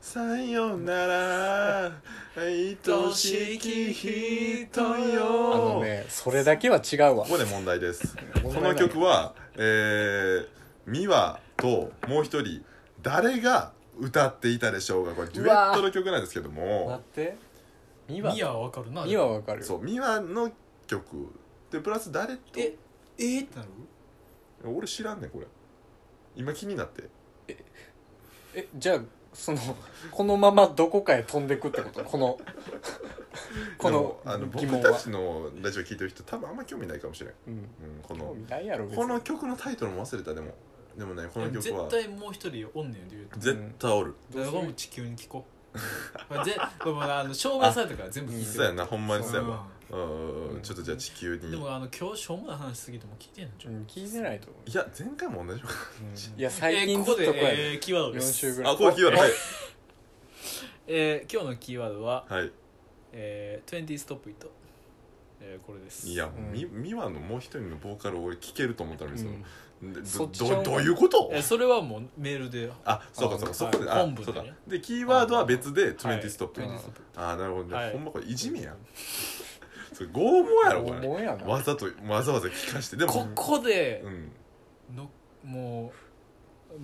S1: さよなら愛しき人よ
S2: あのねそれだけは違うわ
S1: ここで問題です
S2: 問
S1: こ
S2: 題な
S1: の
S2: い
S1: 曲はえー、ミワともう一人誰が歌っていたでしょうかこれデュエットの曲なんですけど
S2: 待
S1: も
S2: って2
S3: ミ
S2: 話
S3: アはわかるな
S2: 2話わかる
S1: そうミワの曲でプラス誰と
S3: ええーってなる
S1: 俺知らんねんこれ今気になって
S2: えじゃあそのこのままどこかへ飛んでくってこと このこの
S1: でもあの
S2: 疑問
S1: 僕た
S2: は
S1: ちのラジオ聞いてる人多分あんま興味ないかもしれん、
S2: うん
S1: うん、こ
S2: 興
S1: の
S2: 味ないやろ別に
S1: この曲のタイトルも忘れたでもでもねこの曲は
S3: 絶対もう一人おんねんデュエット
S1: 絶対おる、
S3: ドラゴン地球に聞こう まあぜでもあの証明されたから全部聞いて
S1: そうやなほんまにそうやわうんうんう
S2: うんん
S1: ちょっとじゃあ地球
S3: うん
S1: に
S3: で
S1: い
S3: もあの今日しょうもない話すぎてもう聞いてんのちょ
S2: うん聞いてないと思う
S1: や前回も同じよ
S2: いや最
S3: えー
S2: 近
S3: こ
S2: ずっ
S3: こと
S2: こ
S3: で
S2: うや
S3: えーキーワードで
S2: 4週
S3: す
S2: ぐら い
S1: あこれキーワードはい、
S3: えー今日のキーワードは
S1: はい、
S3: えー20ストップイットえーこれです
S1: いや
S2: ん
S1: みみわのもう一人のボーカルを俺聞けると思ったのにその
S2: うん
S1: で
S2: そっち
S1: どど
S2: の
S1: どういうこと
S3: えーそれはもうメールで
S1: あそうかそうかそこで
S3: はい
S1: あ
S3: 本部
S1: そう
S3: で
S1: か
S3: ね
S1: でキーワードは別で20ストップ
S3: はい
S2: 20
S3: ストップ
S1: あーなるほどね
S3: はい
S1: ほんまこれいじめやん それ拷問やろこれ
S2: 拷問やな
S1: わざとわざわざ聞かしてでも
S3: ここで
S1: うん
S3: 乗っも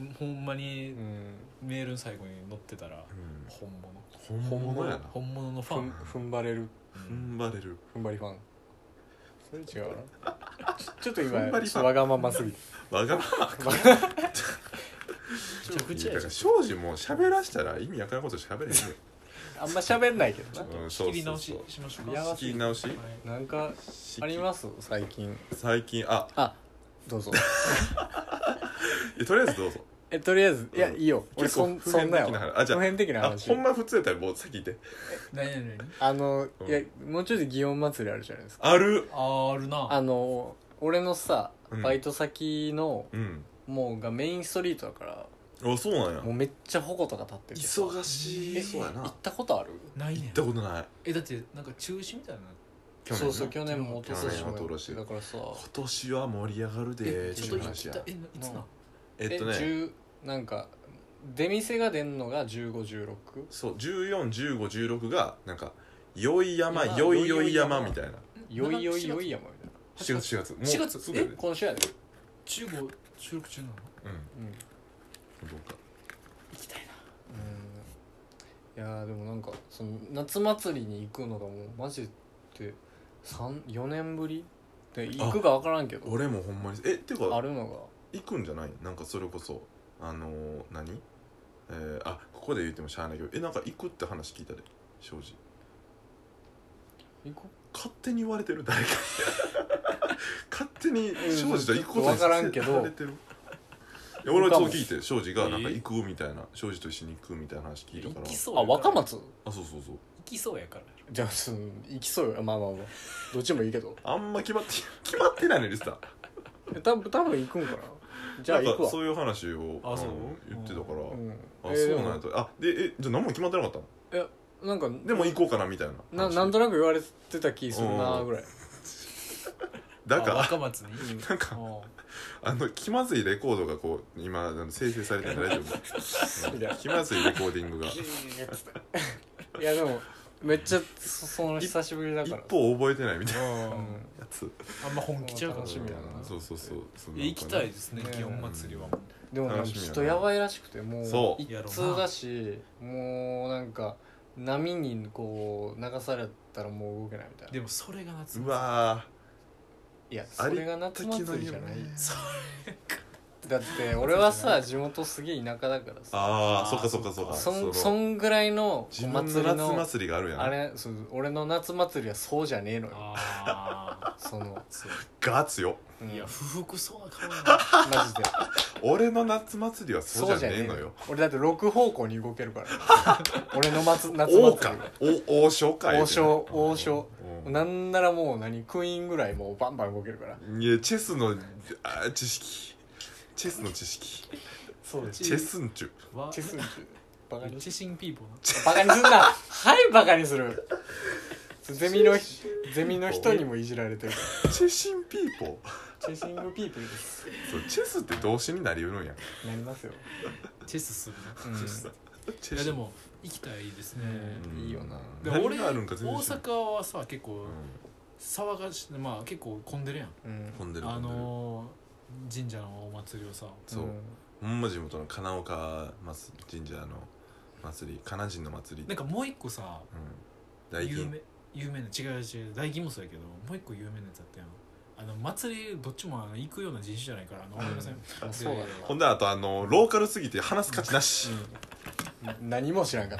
S3: うほんまに
S2: うん
S3: メール最後に載ってたら本物
S1: うん、本物やな
S3: 本物の
S2: ふ
S3: ファ
S2: ん
S3: ン
S2: 踏ん張れる
S1: 踏ん張れる
S2: 踏ん張りファンそれ違うな ちょちょっと
S1: 踏ん張りファ
S2: 今
S1: ン
S2: わがまますぎて
S1: わがま
S2: わ
S3: めちゃくちゃ
S1: だから
S3: やじゃん
S1: 庄司も喋らしたら意味わからんこと喋れへんよ
S2: あんま喋んないけど
S1: うん
S3: 仕切り直ししましょう
S2: いや
S3: か
S1: 仕切り直し
S3: はい
S2: ななんかあります最近
S1: 最近あ
S2: あど うぞ
S1: えとりあえずどうぞ
S2: えとりあえずいや
S1: うん
S2: いいよ俺
S1: 結
S2: そ
S1: 構
S2: ん
S1: 普
S2: そ
S1: 遍
S2: ん
S1: 的な
S2: な
S1: 話
S2: よ
S1: あじゃあ
S2: 普遍的な
S1: あ
S2: 話
S1: ほんま普通やったらもう先行って
S3: 何々何
S2: あの
S1: うん
S2: いやもうちょいで祇園祭りあるじゃないですか
S1: ある
S3: 々あるな
S2: あの俺のさ
S1: うん
S2: バイト先の
S1: うん
S2: もうがメインストリートだから
S1: あそうなんや
S2: もうめっちゃ矛とか立っててさ
S1: 忙しいそうやな
S2: 行
S1: 行
S2: ったことある
S3: ない
S1: っ
S3: ねん
S1: たことない
S3: えだってなんか中止みたいな
S1: 去年
S2: そうそう
S1: 今
S2: 去年も一昨年も
S1: 去年おととし
S2: だからさ
S1: 年は盛り上がるで
S3: え
S1: ち
S3: ち
S1: ょ
S3: ょ
S1: っ
S3: っ
S1: と
S3: と
S1: 話
S3: 行っ
S1: や
S3: たえいつな
S1: えっとね
S2: 10なんか出店が出んのが1516
S1: そう141516がなんか「よい山
S2: 今
S1: よいよい
S2: よいよい
S1: 山」
S2: 山
S1: みたいな
S2: よいよいよい
S3: や
S2: 山みたいな
S1: 4月4月もう
S3: 4月
S1: すぐやで
S2: 今週やで
S3: 中国収録中なの
S1: うん
S2: うん
S1: どうか
S3: 行きたいな
S2: うんいやーでもなんかその夏祭りに行くのがもうマジで34年ぶりで行くか分からんけど
S1: 俺もほんまにえってか
S2: あるのが
S1: 行くんじゃないなんかそれこそあのー、何えー、あここで言ってもしゃあないけどえなんか行くって話聞いたで正直
S2: 行こ
S1: 勝手に言われてる誰か 勝手に
S2: うん
S1: 庄司と行くこと
S2: ちょっとわからんけど
S1: されてるいや俺はそう聞いて庄司がなんか行くみたいな庄司と一緒に行くみたいな話聞いた
S3: 行
S1: から
S3: き
S1: あ
S2: う
S3: そう
S2: あ
S3: やから
S2: 若松
S1: そうそうそう
S3: 行きそうやから
S2: じゃあその行きそうよまあまあまあどっちもいいけど
S1: あんま決まって 決まってないのにさ
S2: え多分多分行くんかなじゃあ
S1: なん
S2: 行く
S1: か
S2: わ
S1: そういう話を
S3: あそう
S1: の言ってたから、
S2: うん
S1: あ、
S2: えー
S1: そ
S2: で
S1: う
S2: も
S1: なんやとあでえじゃあ何も決まってなかったの
S2: なんか
S1: でも行こうかなみたいな
S2: ななん
S1: だ
S2: となく言われてた気するなーぐらい
S1: だ
S3: あ
S1: から
S3: 若松に
S1: なんかあの気まずいレコードがこう今あの生成されてるの大丈
S2: みたいな
S1: 夫気まずいレコーディングが
S2: いやでもめっちゃそその久しぶりだ
S1: 一
S2: から
S1: 歩覚えてないみたい
S2: うん
S1: な
S3: あ
S1: やつ
S3: んま本気ちゃうか
S2: 楽
S3: ら
S2: しみやな
S1: そうそうそうそんな
S3: え行きたいですね
S2: ね
S3: 祇園祭りは
S2: でもなん
S1: 楽し
S2: か
S1: みやな
S2: 人やばいらしくてもう
S1: そう
S2: 一通だしもうなんか波にこう流されたらもう動けないみたいな
S3: でもそれが夏
S1: うわ
S2: いやそれが夏祭りじゃない
S1: ありったけの夢
S3: そ
S2: だって俺はさ地元すげえ田舎だから
S1: ー
S2: さ
S1: ああ
S3: あー
S1: そっかそっかそっか
S2: そん
S1: の
S2: そんぐらいの
S1: 自
S2: お
S1: 分
S2: 祭
S1: の
S2: り
S1: 夏
S2: の
S1: 祭りがあるやん
S2: あれそう俺の夏祭りはそうじゃねえのよ
S3: あ
S2: その
S3: あ、そう
S1: ガツよ
S2: うん
S3: いや不服そうな顔 や
S2: マジで
S1: 俺の夏祭りはそ
S2: そう
S1: うじ
S2: じ
S1: ゃ
S2: ゃ
S1: ね
S2: ね
S1: え
S2: え
S1: の
S2: の
S1: よ
S2: よ俺だって6方向に動け るから俺の夏夏祭り
S1: 王
S2: は
S1: かお王将か
S2: 王将
S1: 言うてね
S2: 王将
S1: うん
S2: なんならもう何クイーンぐらいもうバンバン動けるから
S1: いやチェスのあー知識チェスの知識
S2: そう
S3: です
S1: チェスンチュ
S3: わ
S2: チェスンチュバカに
S3: チェシンピーポーな
S2: バカにすんなはいバカにするゼミのゼミの人にもいじられてるか
S1: チェシンピーポー
S2: らチェシングピープルです
S1: そうチェスって動詞になりうるんや
S2: なりますよ
S3: チェスする
S2: うん
S3: なチェス
S1: チェ
S3: いや
S1: シ
S3: で
S1: ン
S3: も行きたいですね
S1: うん
S2: いいよな
S3: で
S1: 何
S3: 俺
S1: があ
S3: 大
S1: るんか全然知らん
S3: 阪はさ結構
S1: う
S3: 騒がしまあ結構混んでるやん
S2: うん
S1: ん混んでる
S3: あ
S1: 混んでる
S3: のー神社のお祭りをさ
S1: そう、
S2: ん
S1: ほんま地元の金岡祭神社の祭り金神の祭り
S3: なんかもう一個さ
S1: うん、大
S3: 有
S1: 金
S3: 名有名な違う違う大金もそうやけどもう一個有名なやつあったやんあの祭りどっちもあの行くような人種じゃないからあのごめんなさい
S2: あそうだよ
S1: ほんであとあのローカルすぎて話す価値なし、
S2: なうん何も知らんかっ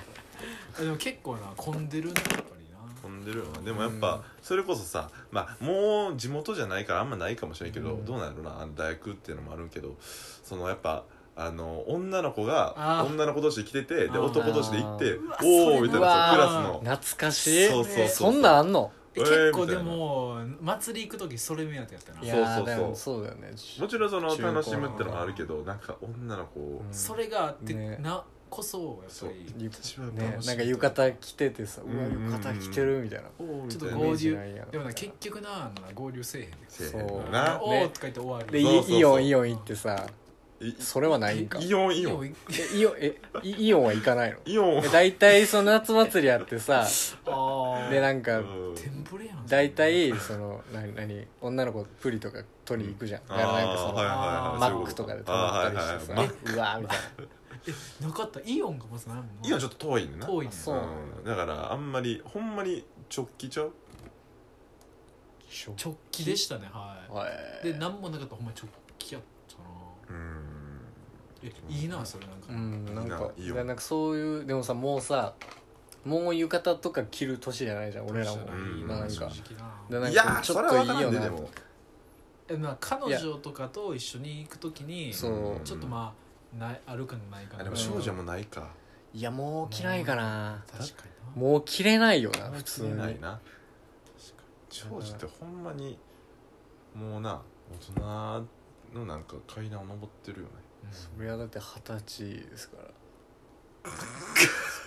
S3: あでも結構な混んでるなやっぱりな
S1: 飛んでるよなでもやっ
S2: うん
S1: ぱそれこそさまあもう地元じゃないからあんまないかもしれんけど、
S2: うん
S1: どうなんやろなあの大学っていうのもあるんけどそのやっぱあの女の子が
S3: あー
S1: 女の子同士で来ててで
S3: あー
S1: 男同士で行って
S3: わ
S1: おお
S3: それ
S1: みたい
S2: は
S1: なクラ
S2: た懐かしい
S1: そうそうそうそう
S2: そんなんあんの
S3: え
S1: えー
S3: 結構
S1: みたい
S3: で
S1: な
S3: も祭り行く時それ目当てやったない
S1: い
S2: や
S1: やーそうそうそう
S2: ーでもそうだよね
S1: スのもちろんその
S2: 中高
S1: 楽しむってのもあるけどなんか女の子を
S2: うん
S3: それがあって
S2: ね
S3: なこそやっぱ
S1: そう
S3: り
S1: 一番
S2: ね
S1: 楽しい
S2: なんか浴衣着ててさ「う
S1: うん
S2: わ浴衣着てる」みたいな
S1: おーみ
S3: ちょったと
S1: いな
S3: 合
S2: イメージ
S3: 流
S2: ないやろ
S3: でもな結局なあのな合流せえへんで
S1: せえ
S2: そ
S1: へん
S2: う
S1: な
S3: お
S2: ね
S3: おとか言って終わ
S2: で
S3: り
S1: そうそうそう
S2: イイオンイオン行ってさ
S1: い
S2: それはないんか
S1: イオンイオン
S3: ン
S2: えイオンえイイオンは行かないの
S1: イオン
S2: え大体その夏祭りやってさ
S3: ああ
S2: でなんか
S1: うん
S3: テンプレやん
S2: 大体その何何女の子プリとか取りに行くじゃん、だからなんかそ
S1: あー
S2: の、
S1: はいはいはいそ
S2: マ
S1: ういう
S2: ッ
S1: こ
S2: クとかで泊
S1: あ
S2: ま
S1: ー
S2: ったり
S1: はいはい
S2: してさ、
S1: マック
S2: うわーみたい
S3: なかったイオンがまずないもんな
S1: イオンちょっと遠いねんな
S3: 遠い
S2: な
S3: ね
S2: そうなんや
S1: うんだからあんまりほんまに直帰ちゃう
S3: 直帰でしたねはい
S2: はい
S3: で何もなかったほんま直帰やったな
S1: うん
S3: えいいなそれなんか
S2: うんなんか
S1: いいよ
S2: だからなんかそういうでもさもうさもう浴衣とか着る年じゃないじゃん俺らも
S3: そうした
S1: うん
S3: いい
S2: なん
S3: な
S2: か
S3: 正直ない
S1: い
S2: や
S1: や
S2: なんか
S1: ー
S2: ちょ
S1: そ
S2: っ
S1: れ
S2: と
S1: はい分か
S2: い
S1: ら
S2: よ
S1: んで
S2: な
S1: でも
S3: えまあ彼女とかと一緒に行くときに
S2: そう
S1: うん
S3: ちょっとまあないあるかないか
S1: あでも
S2: うん
S1: 少女もないか
S2: いやもう着ないかな
S3: 確かにな
S2: もう着れないよな
S3: もう
S2: 普
S3: 着
S2: 通
S3: れ
S2: に
S1: ないな
S3: 確か
S1: 少女ってほんまにもうな大人のなんか階段を登ってるよね
S3: にうん
S2: そりゃだって二十歳ですから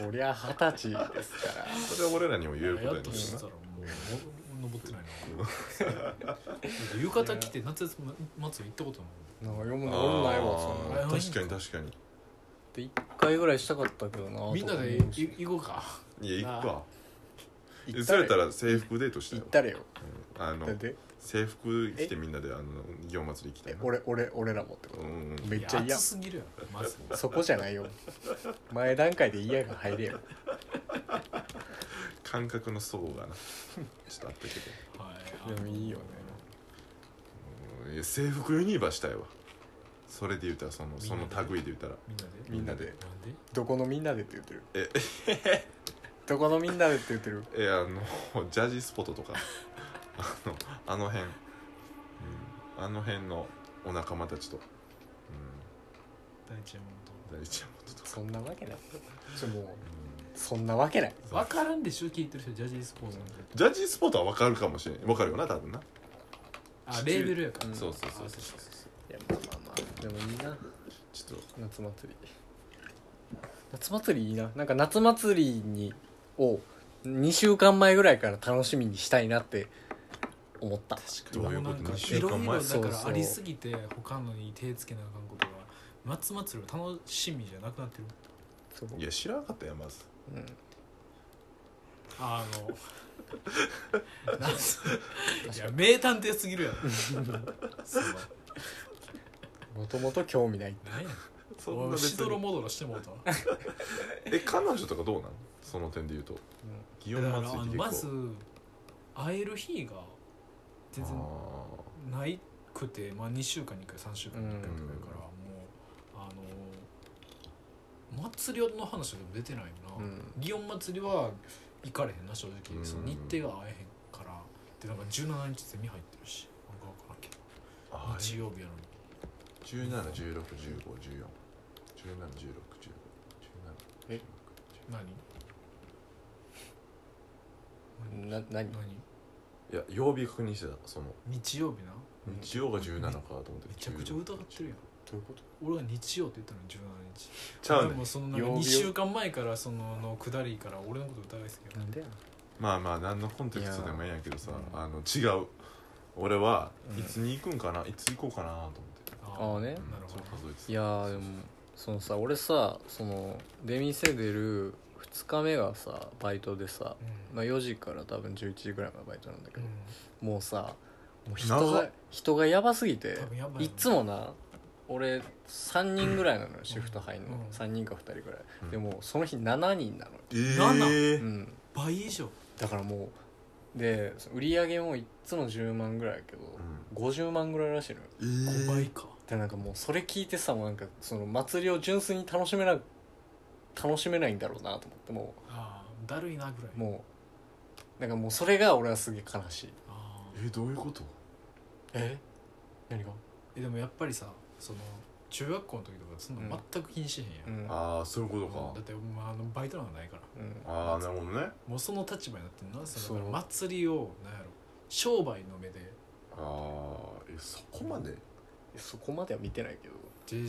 S2: そりゃ二十歳ですから
S1: それは俺らにも言えること
S3: や
S1: やね
S3: っ
S1: んけ
S3: としたら
S1: ど
S3: もう登ってないな浴衣着て夏休み祭り行ったことな
S2: なんか読む
S1: な
S2: の俺もないわそんな
S1: あー確かに確かに
S2: で一回ぐらいしたかったけどない
S3: みんなで
S2: とか思うし
S3: い行こうか
S1: いや行くわ
S2: 行
S1: え
S2: っ
S1: そ
S2: た
S1: れ
S2: れ
S1: やったら制服デートした
S2: 行
S1: よ
S2: ったれよ
S1: うんあの
S2: だって
S1: 制服着てみんなであの祇園祭り行きたい
S2: え
S1: な
S2: 俺俺俺らもってこ
S1: うんうんうん
S2: とめっちゃ
S3: いや
S2: 嫌
S3: 暑すぎるやろまず
S2: そこじゃないよ前段階で嫌が入れよ
S1: 感覚の層がなちょっとあったけど
S3: はい
S2: でもいいよね
S1: うんいや制服ユニバしたいわそれで言うたらその
S3: みん
S1: そ
S3: な
S1: の
S3: で
S1: 類で言うたら
S3: みんなで
S1: みんなで
S3: なんで
S2: どこのみんなでって言ってる
S1: え
S2: どこのみんなでって言ってる
S1: えあの ジャージスポットとかあのあの辺、うん、あの辺のお仲間たちと、う
S3: 大ちゃんも
S1: ん、大ちゃんととか、
S2: そんなわけないちょもう
S1: うん
S2: そんなわけない
S3: と分からんでしょ聞いてる人ジャージースポーツなんて
S1: ジャージスポットは分かるかもしれない分かるよな多分な、
S3: あレーベルやか
S1: う
S3: ら
S1: そうそうそう
S3: あ
S1: そう
S3: 確か
S2: いやまあまあまあでもいいな
S1: ちょっと
S2: 夏祭り夏祭りいいななんか夏祭りにを2週間前ぐらいから楽しみにしたいなって思った
S3: に
S1: どういうこと
S3: なんか
S1: 二
S3: い
S1: 週間
S3: ろ
S1: 前
S3: いろ
S2: そ
S3: だ
S2: う
S3: か
S2: そう
S3: らありすぎて他のに手つけなあかんことが夏祭りの楽しみじゃなくなってる
S2: そう
S1: いや知らなかったよまず
S2: うん
S3: あ のなんすいや名探偵すぎるやろその
S2: もともと興味ない
S3: 何や
S1: そんな
S3: おい
S1: 別
S3: しどろ
S1: に
S3: もどろしてもうたわ
S1: え彼女とかどうなのその点で言うと祇園
S3: だから
S1: 祭り
S3: あ
S1: っ
S3: の
S1: て
S3: ま
S1: 結
S3: ず
S1: 構
S3: 会える日が全然
S1: あ
S3: ないくて、まあ、2週間に1回3週間に1回とかやから、もうあの祭りの話が出てないよ
S2: う
S3: な、
S2: ん
S3: 祇園祭りは行かれへんな正直、
S1: うん
S3: その日程が合えへんからでなんか17日ゼミ入ってるしなんか分からんけど
S1: あ
S3: 日曜日やのに
S1: 1716151417161517
S2: え
S3: 何何
S2: な何
S3: 何
S1: いや曜日確認してたその
S3: 日曜日な
S1: 日曜が17かと思って
S3: めちゃくちゃ疑ってるやん
S2: どういうこと
S3: 俺は日曜って言ったのに17日
S1: ちゃう
S3: で
S1: ね
S3: もそのなんか
S2: 曜日を
S3: 2週間前からそのの下りから俺のこと疑いですけど
S2: なんでや
S1: まあまあ何のコンテクストでもいいんやけどさ
S3: いや
S1: あの違う俺は
S2: うん
S1: いつに行くんかな、いつ行こうかなと思って
S2: ああね
S1: うん
S3: なるほど
S1: そう数えてた
S2: いやーでもそのさ俺さその出店出る2日目がさバイトでさ、
S3: うん
S2: まあ、4時から多分11時ぐらいまでバイトなんだけ
S3: う
S2: ど、
S3: ん
S2: もうさもう人
S1: 長
S2: が
S1: っ
S2: 人がやばすぎて
S3: 多分やばい
S2: いっつもな俺3人ぐらいなのよシフト入んの、
S3: うん
S2: 3人か2人ぐらい、
S1: うん
S2: でもその日7人なのよ、
S1: えー、
S2: う
S1: 7
S2: ん、
S3: 倍以上
S2: だからもうでその売り上げもいっつも10万ぐらいやけど、50万ぐらいらしいのよ
S1: え
S3: 5
S1: ー
S3: 倍、か、
S2: でなんかもうそれ聞いてさもうなんかその祭りを純粋に楽しめな楽しめないんだろうなと思っても
S3: ああだるいなぐらいう
S2: もうなんかもうそれが俺はすげえ悲しい
S3: あ
S1: え
S3: あ
S1: ー、どういうこと
S2: え何が
S3: えでもやっぱりさその中学校の時とかそんな全く気にしへんやん、
S2: うん
S1: ああそういうこ
S3: うんだ
S1: と
S3: って、まあ、あのバイトなんかないから
S2: うん
S1: かああなるほどね
S3: もうその立場になってんなその
S2: そう
S3: だから祭りをなんやろ商売の目で
S1: ああえそこまで
S2: そこまでは見てないけど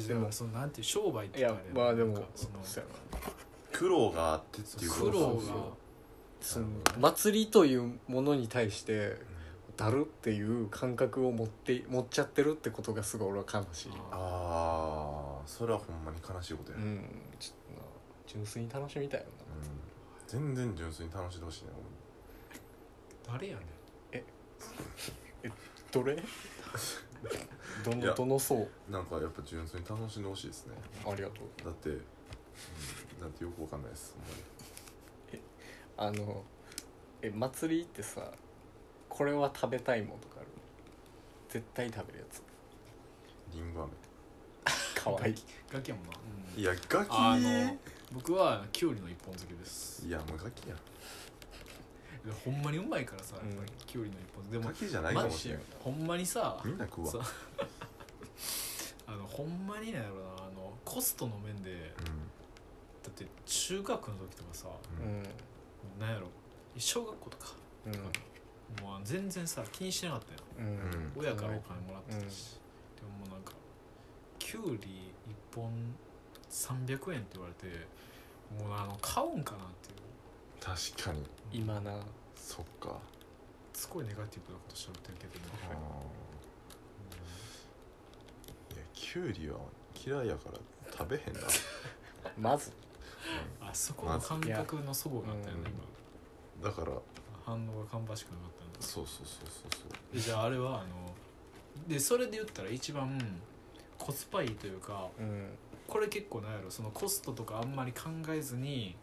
S3: でもそのなんていう商売って
S2: いや
S3: れ
S2: まあで
S3: なん
S2: も
S3: かその
S2: そうやな
S1: 苦労があってっていう
S3: 苦
S1: こと
S3: 労
S2: そうそう
S3: が
S2: その祭りというものに対してだるっていう感覚を持って持っちゃってるってことがすごい俺は悲しい、
S3: あ
S1: あーそれはほんまに悲しいことや、
S2: う
S1: うん
S2: ん、ちょっとな純粋に楽しみたいよな
S1: 全然純粋に楽しんでほしいね
S3: 誰やねん
S2: ど れど
S1: いや
S2: のどの層
S1: 俺なんかやっぱ純粋に楽しんでほしいですね
S2: ありがとう
S1: だって、うん、なんてよくわかんないですほんまに
S2: あのえ祭りってさこれは食べたいもんとかある絶対食べるやつ
S1: リンゴ飴
S2: かわいい
S3: ガキやもんな、うん
S1: いやガキ
S3: あの
S1: ね
S3: 僕はきゅうりの一本漬けです
S1: いやもうガキや
S3: でほんまにうまいからさやっぱり
S2: う
S3: きゅうりの一本漬けで
S1: ガ
S3: も
S1: キじゃないか
S3: マ
S1: もし
S3: ジ
S1: れ
S3: で
S1: ん
S3: ほんまにさ
S1: みんな食うわ
S3: そうあのほんまになんやろなあのコストの面で
S1: う
S3: だって中学の時とかさ
S1: んうん
S2: う
S3: なんやろ小学校とか
S2: んうん
S3: もう全然さ気にしてなかったよ
S2: うん
S3: 親からお金もらってたし、でももうなんかきゅうり1本300円って言われてもうあの買うんかなっていう
S1: 確かに
S2: 今な
S1: そっか
S3: すごいネガティブなことしゃべってるけど、
S1: あーいやきゅうりは嫌いやから食べへんな
S2: まず
S3: あそこの感覚のそごがあったよ
S1: ま
S3: ね
S1: ずいやだから
S3: 今反応が芳しくなかったんだ
S1: そうそうそうそうそう
S3: でじゃああれはあのでそれで言ったら一番コスパいいというか
S2: うん
S3: これ結構なんやろそのコストとかあんまり考えずに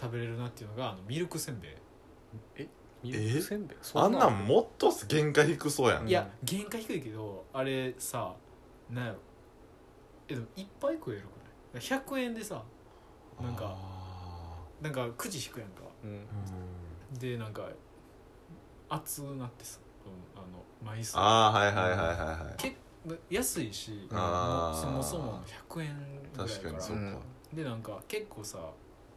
S3: 食べれるなっていうのがあのミルクせんべい
S2: ミルクせんべい
S1: あ
S2: そ
S1: ん
S2: ん
S1: なんもっと限界低そうやん、
S2: うん
S3: いや原価低いけどあれさなんやろえでもいっぱい食えるくらい100円でさなんか
S1: あ
S3: なんかくじ引くやんか
S2: うん
S1: ーうん
S3: でなんか熱なってさうんあの枚数
S1: あーはいはいはいはいはい
S3: 結安いし
S1: あー
S3: そもそも100円ぐらい
S1: 確
S3: やか
S1: からにそうか、
S2: うん
S3: でなんか結構さ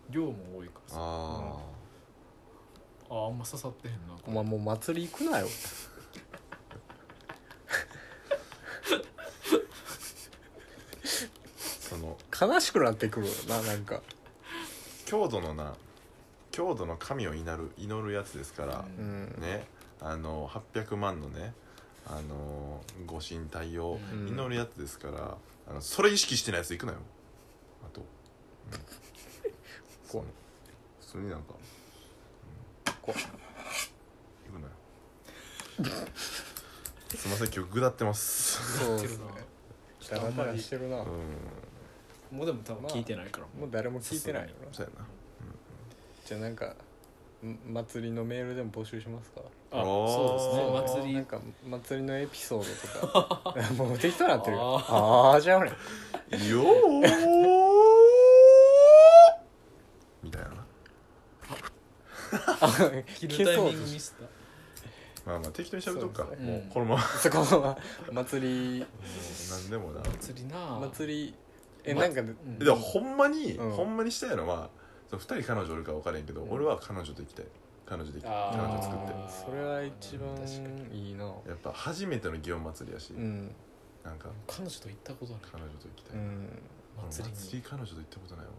S3: 量も多いからさ
S1: あ
S3: ああんま刺さってへんな
S2: お前もう祭り行くなよ
S1: あその
S2: 悲しくなってくるよななんか
S1: 郷土のな郷土の神を祈る祈るやつですから、
S2: う
S3: うん
S2: ん
S1: ねあの800万のねあのご神体を
S2: うん
S1: 祈るやつですから、あのそれ意識してないやつ行くなよあと、うん、そ
S2: 怖
S1: う
S2: い
S1: 普通になんか、うん、
S2: 怖い
S1: 行くなよすいません今日下ってます
S2: そう
S3: やっ
S2: で
S3: て
S2: す
S3: る
S2: ね
S3: な
S2: ダラダラしてるな
S1: うん
S3: もうでも多分聞いてないから、
S2: もう誰も聞いてないよな
S1: そうやな
S2: じゃあなんかん祭りのメールでも募集しますか
S3: あ
S1: おー
S3: そうですね祭り
S2: なんか祭りのエピソードとか もう適当になってる
S3: あ
S2: ああーじ ゃあ俺
S1: よーみたいなな
S3: 切
S2: 消
S3: るタイ
S2: そ
S3: ミ
S2: う
S3: ン
S2: と
S3: グミ
S2: し
S3: スった
S1: まあまあ適当にしゃべっとくか
S2: そう
S3: ですね
S1: もう
S3: うん
S1: このままも
S2: そこは祭り
S1: う何でもな
S3: 祭りな
S2: 祭りえ
S3: ま
S2: なんかで
S3: うん
S1: でもほんまに、
S2: うん
S1: ほんまにしたいのはその2人彼女おるから分からへんけど、
S2: うん
S1: 俺は彼女と行きたい彼女でき
S3: あ
S1: 彼
S3: ー
S1: 女作って
S3: あー
S2: それは一番
S3: 確か
S2: いいな
S1: やっぱ初めての祇園祭りやし、
S2: うん
S1: なんか
S3: 彼女と行ったことない
S1: 彼女と行きた
S2: う
S1: い、
S2: ん
S1: 俺
S3: 祭
S1: 祭
S3: り
S1: り
S3: に
S1: 彼女と行ったことないわ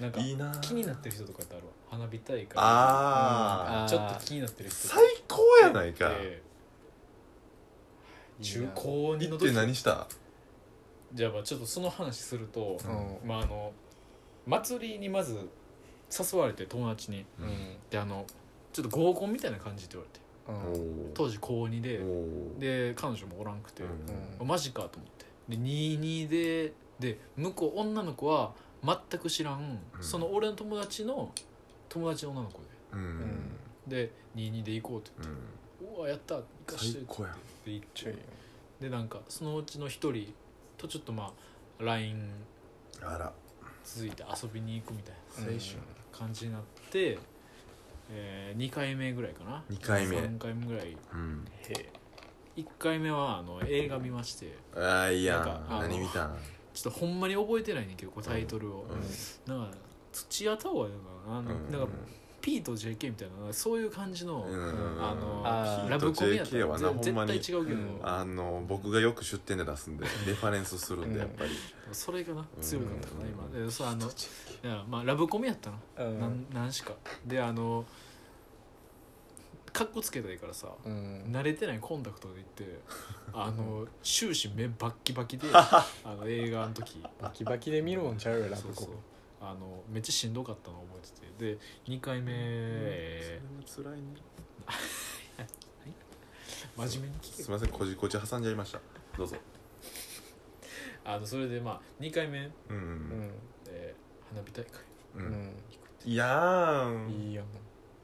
S3: なんか
S1: いいなー
S3: 気になってる人とかってあるわ花火大会
S1: あー
S3: うんちょっと気になってる人
S1: 最高やないか
S3: で中高二
S1: 行
S3: の
S1: って
S3: 時
S1: 何した
S3: じゃあまあちょっとその話すると、
S2: うん
S3: まああの祭りにまず誘われて友達に
S2: うん
S3: であのちょっと合コンみたいな感じって言われて
S2: う
S1: お
S2: ん
S1: ー
S3: 当時高2で
S1: おー
S3: で彼女もおらんくて、
S1: うん
S3: マジかと思ってで22でで向こう女の子は全く知らん、
S1: うん
S3: その俺の友達の友達の女の子
S1: うん、
S2: ん
S3: でで22で行こうって
S1: うん
S3: 「うわやった行かし
S1: 最
S3: て」って
S1: 高やん
S3: 言って
S2: ちょいよ
S3: でなんかそのうちの一人とちょっとまあ LINE
S1: あら
S3: 続いて遊びに行くみたい
S2: うん
S1: 青春
S3: な感じになって、え2回目ぐらいかな
S1: 2回目
S3: 3回目ぐらい
S1: うん
S2: へえ
S3: 1回目はあの映画見まして
S1: ああいいや
S3: なん
S1: ん
S3: かあの
S1: 何見たん
S3: ちょっとほんまに覚えてないねんけどこうタイトルを、
S1: う
S3: なんか土屋太鳳やのかな,、
S1: ん
S3: なんか P と JK みたいなそういう感じの、
S1: うん
S3: あの
S2: あー
S3: ラブコメやった
S1: P と JK はな
S3: ぜ
S1: ほんま
S3: 絶
S1: に
S3: 対違うけど、
S2: うん
S1: あの僕がよく出店で出すん でレファレンスするんで
S2: う
S1: や
S2: ん
S1: っぱり、
S3: それがな強かったかな、
S1: うん
S3: 今でそうあのいやまあラブコメやったな
S2: うん
S3: 何しかであのかっこつけたいからさ
S2: うん
S3: 慣れてないコンタクトで行ってあの終始目バッキバ キであの映画の時
S2: バキバキで見るもんちゃうよラ
S3: そ
S2: ブ
S3: う
S2: コ
S3: そう
S2: プ
S3: あのめっちゃしんどかったの覚えててで2回目、
S1: それは辛いね
S3: 真面目に聞け
S1: すみませんこじこじ挟んじゃいましたどうぞ
S3: あのそれでまあ2回目、
S1: うんう
S2: うんん
S3: えー花火大会
S1: う
S2: うんん
S1: いやーん
S2: いいやん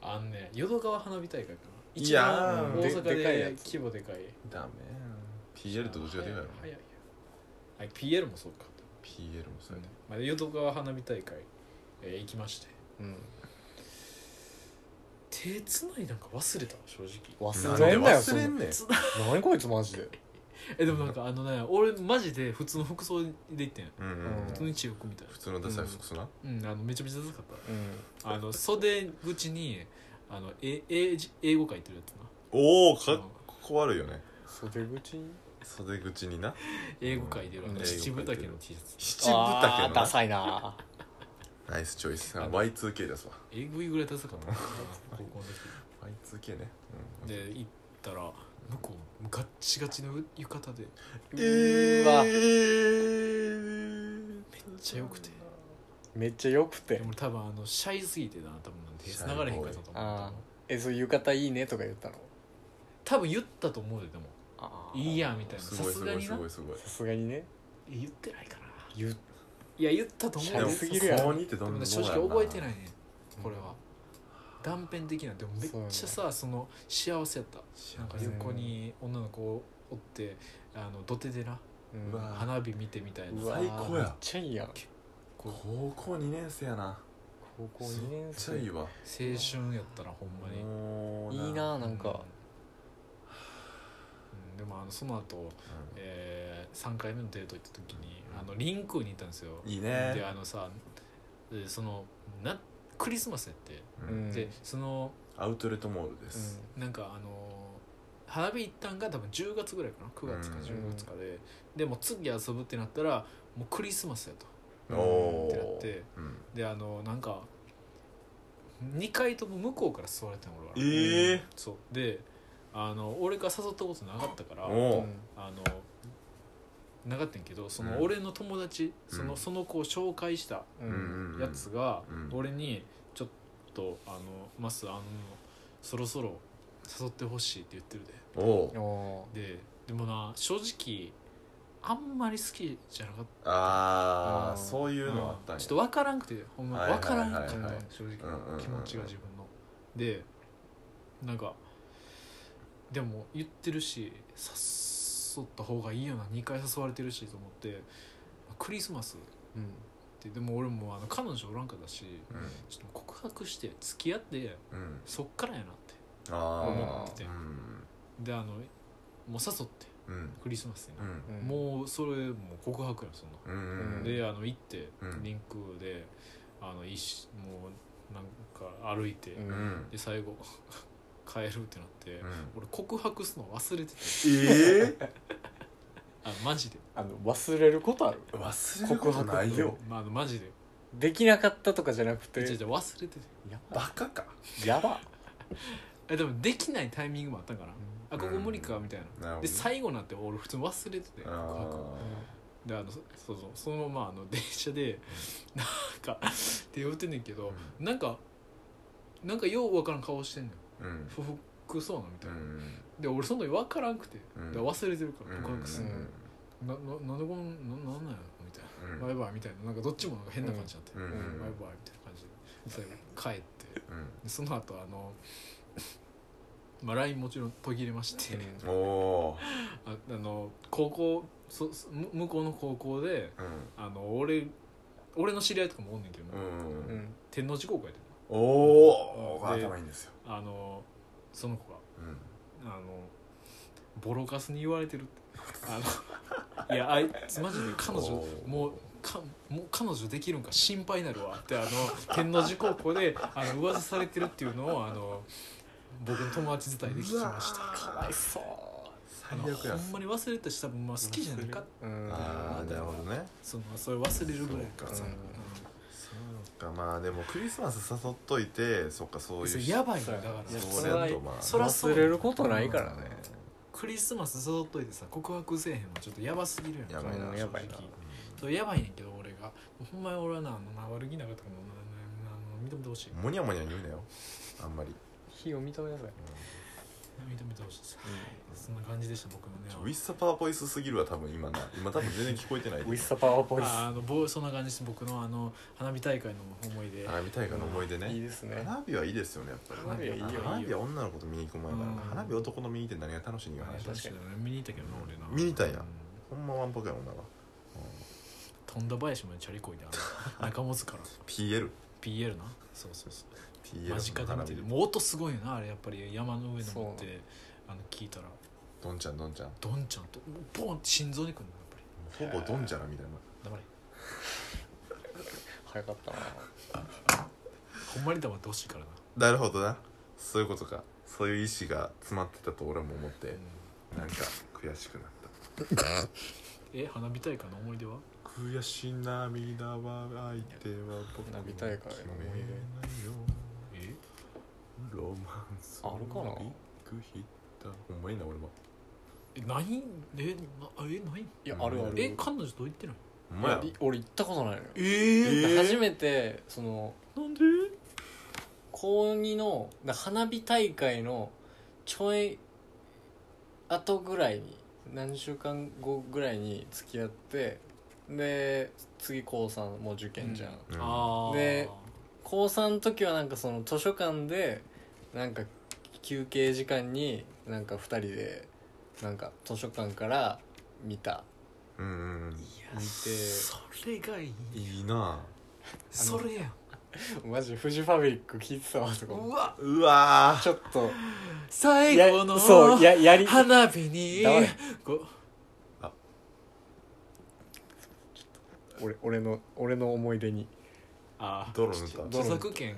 S3: あんね淀川花火大会かない一
S1: や
S3: 番
S1: ー
S3: 大
S2: でで
S3: 阪
S2: かいや
S3: で
S2: つ
S3: 規模でかい
S1: ダメやん PL とどっちがでかいの
S3: 早いよはい PL もそうか、
S1: PL もそうやね
S3: まあ、淀川花火大会、えー行きまして
S2: うん
S3: 手つないなんか忘れた正直
S1: なん
S2: 忘
S1: で
S2: れんなよそ
S1: 忘
S2: ん
S1: れ
S2: なん
S1: ねん
S3: そんな
S2: 何こいつマジで
S3: えでもなんかあのね俺マジで普通の服装で行ってん
S1: うんうん
S2: うん
S3: 普通に私服みたい
S1: 普通のダサい服装な
S3: なうんあのめちゃめちゃダサかっ
S2: うん
S3: たあの袖口にあのえ英字英語書いてるやつな
S1: おおか
S3: う
S1: っ
S3: ん
S1: こ悪いよね
S2: 袖口
S1: 袖口にな
S3: 英語書いてるあ
S1: うん
S3: の七分丈の T シャツ
S1: 七分丈
S2: あー
S1: の
S2: ダ
S1: な
S2: サいな
S1: ナイスチョイス Y2K ですわ
S3: 英語ぐらいダサかったな高校の時
S1: Y2K ねうん
S3: で行ったら向こうガッチガチの浴衣で
S1: え
S2: うわ
S1: ー
S3: めっちゃ良くて
S2: めっちゃ良くて
S3: でも多分あのシャイすぎてな多分手繋がれへんかったと思う
S2: ああえそう浴衣いいねとか言ったの
S3: 多分言ったと思うででも
S2: あー
S3: いいやみたいな
S1: す
S3: さ
S1: ごい
S3: す
S1: す
S3: が
S1: ごい
S3: に
S1: す
S3: な
S1: ごいすごい
S2: さすがにね
S3: え言ってないかな
S2: 言っ
S3: いや言ったと思う
S2: シャイ
S3: です
S2: ぎるや
S1: 高
S2: ろ
S1: 二ってどん
S3: でも
S1: な
S3: ね正直覚えてないいねこれは断片的なでもめっちゃ
S2: そ
S3: さその幸せやったなんか
S2: せ
S3: 横に女の子おってあの土手でな
S2: うん
S1: うわ
S3: 花火見てみたいな
S2: うわ
S1: 最高や
S2: めっちゃいいやん
S1: 高校2年生やな
S2: 高校2
S1: め
S2: 年
S1: っちゃいい
S2: 生
S1: わ
S3: 青春やったらほんまに
S1: もう
S2: いいななんか
S3: うん、でもあのその後、えー、3回目のデート行った時にあのリンクーに行ったんですよ
S1: いい
S3: で
S1: ね
S3: あのさでそのなクリスマスやって、
S1: う
S2: うんん
S3: でその
S1: アウトレットモールです
S3: なんかあの花火行ったんが多分10月ぐらいかな9月か
S1: うん
S3: 10月かで、でもう次遊ぶってなったらもうクリスマスやと
S2: うん
S1: お
S3: ってなっ
S1: お
S3: て
S1: うん
S3: であのなんか2回とも向こうから座れてん俺は
S1: ええ
S3: そうであの俺が誘ったことなかったから
S2: うん
S1: おお
S3: あのなかったんやけどその
S1: うん
S3: 俺の友達、そうの
S1: ん
S3: その子を紹介した
S1: う
S2: う
S1: んんうん
S3: やつが、
S1: うん
S3: 俺にちょっとあの「マスあのそろそろ誘ってほしい」って言ってる
S1: おお
S2: おお
S3: でででもな正直あんまり好きじゃなかっ
S1: あ
S2: あ
S1: あ
S2: ー
S1: そうい
S3: た
S1: うのあったん
S3: う
S1: や
S3: んちょっと分からんくてほんま
S1: はいはい
S3: 分
S1: はい
S3: からんか
S1: はい
S3: った、正
S1: うんうんうんう
S3: 直
S1: ん
S3: 気持ちが自分のでなんかでも言ってるし誘った方がいいよな2回誘われてるしと思ってクリスマスってでも俺もあの彼女おらんかったし
S1: うん
S3: ちょっと告白して付き合って
S1: うん
S3: そっからやなって
S1: ああ
S3: 思ってて
S1: うん
S3: であのもう誘って
S1: うん
S3: クリスマスに
S1: う
S3: な、
S1: ん
S3: もうそれもう告白やんそんな、
S1: うんうん
S3: であの行って、
S1: うん
S3: リンクであのいしもうなんか歩いて、
S2: うん
S1: うん
S3: で最後 帰るってなって、
S1: うん
S3: 俺告白すの忘れてて
S1: ええ
S3: あマジで、
S2: あの忘れることある
S1: 忘れることないよ
S3: まあ、あのマジで
S2: できなかったとかじゃなくて
S3: じゃじゃ忘れてて
S2: やば
S1: バカか
S2: やば
S3: えでもできないタイミングもあったんかな、あここ無理かみたいな、
S1: なるほど
S3: で最後になって俺普通に忘れてて告白
S1: あ
S3: であのそそうそうそのままあの電車でなんか って言うてんねんけど、なんかなんかよう分からん顔してんのよ
S1: ーうん
S3: 不服そうなみた
S1: う
S3: いな、
S1: ん
S3: で俺その時分からんくて、
S1: うん
S3: で忘れてるか
S1: う
S3: ら
S1: ん
S3: 告白する、
S2: うん
S3: なななんでこんななんなんやろみたいな、
S1: うん
S3: バイバイみたいななんかどっちもなんか変な感じになって、
S1: うんうん
S3: バイバイみたいな感じで最後帰ってでその後あの まあ LINE もちろん途切れまして、
S1: うんおー
S3: ああの高校そそむ向こうの高校で
S1: うん
S3: あの俺俺の知り合いとかもおんねんけど、
S1: うん
S2: うん
S3: 天王寺高校やで
S1: おお
S3: で
S1: 頭いいんですよ
S3: あのその子が
S1: うん
S3: あのボロカスに言われてるってあのいやあいつマジで彼女
S1: おー
S3: もうかもう彼女できるんか心配になるわってあの天王寺高校であの噂されてるっていうのをあの僕の友達伝いで聞きました
S1: うわー
S3: かわいそうあ
S1: 最
S3: の
S1: 悪や
S3: ほんまに忘れたし多分まあ好きじゃなかった
S2: うん
S1: ああなるほどね
S3: そのそれ忘れるぐらい
S1: そう
S3: か
S1: か
S3: その
S2: うん
S3: うん
S1: そうかまあでもクリスマス誘っといてそっかそういう
S3: それ
S1: 人
S3: やばいよ
S2: そう
S3: だ
S2: や
S3: から
S2: いや
S1: それやとまあ
S3: そらそう
S2: 忘れることないからね
S3: クリスマス誘っといてさ告白せえへんはちょっとやばすぎるやん
S1: やばいな
S3: 正直
S2: やばいな
S3: そうやばいねんけど俺がほんまに俺はなあのな悪気なかったからなななな認めてほしい
S1: モニャモニャ言うなよあんまり、
S2: 火を認めなさい
S3: 認めてほしいですそんな感じでした僕のね
S1: うん、ウィッサパーボイスすぎるわ多分今な今多分全然聞こえてない
S2: ウィッサパワーボイ
S3: ああのぼそんな感じです僕のあの花火大会の思い出
S1: 花火大会の思い出
S2: スいい
S1: ね
S2: ですね
S1: 花火はいいですよねやっぱり
S2: 花火はいいよ
S1: 花火は女の子と見に行くもんやからな
S3: うん
S1: 花火男の見に行って何が楽しいんや話
S2: 確かに
S3: 見に行ったけどな俺な
S1: 見に行ったんや
S3: う
S1: ほんまわんぱくや女が
S3: 富田林までチャリこいであ の中本から
S1: PL
S3: PL なそうそうそう
S1: PL
S3: 間近で見てて
S1: の花火
S3: もう音すごいよなあれやっぱり山の上
S2: そうな
S3: 登
S2: の
S3: ってあの聞いたら
S1: どんちゃんどんちゃん
S3: ドンちゃんともうボンって心臓にくるのやっぱ
S1: ほ
S3: り
S1: ぼどんちゃらみたいな
S3: 黙れ
S2: 早かったな
S3: ほんまに黙ってほしいからな
S1: なるほどなそういうことかそういう意志が詰まってたと俺も思ってなんか悔しくなった
S3: え花火大会の思い出は
S1: 悔し涙は相手は僕
S2: 花火大会の思い
S1: 出
S3: え
S1: ロマンス
S2: あるか
S1: ビ
S2: な
S1: ッグヒッターほんまにな俺は
S3: えないえなえない
S2: いやあるある
S3: え彼女と行ってない
S1: ほんまや
S2: いや俺行ったことないのよ
S3: え
S1: えー
S2: 初めてその
S3: なんで
S2: 高2のだ花火大会のちょい後ぐらいに何週間後ぐらいに付き合ってで次高3もう受験じゃん、
S3: うん
S1: うん
S3: ああ
S2: で高3の時はなんかその図書館でなんか休憩時間になんか2人でなんか図書館から見た
S1: うんうん
S2: 見
S3: それがいい
S1: うんいいな
S3: それやん
S2: てマジフジファブリック聞いてたわとか思
S3: う
S2: って
S3: わ
S1: うわ
S2: ちょっと
S3: 最
S2: や
S3: 後の
S2: そうややり
S3: 花火に
S2: 黙れ
S3: こ
S2: 俺俺の俺の思い出に
S3: あ
S1: 泥塗った
S3: 著作権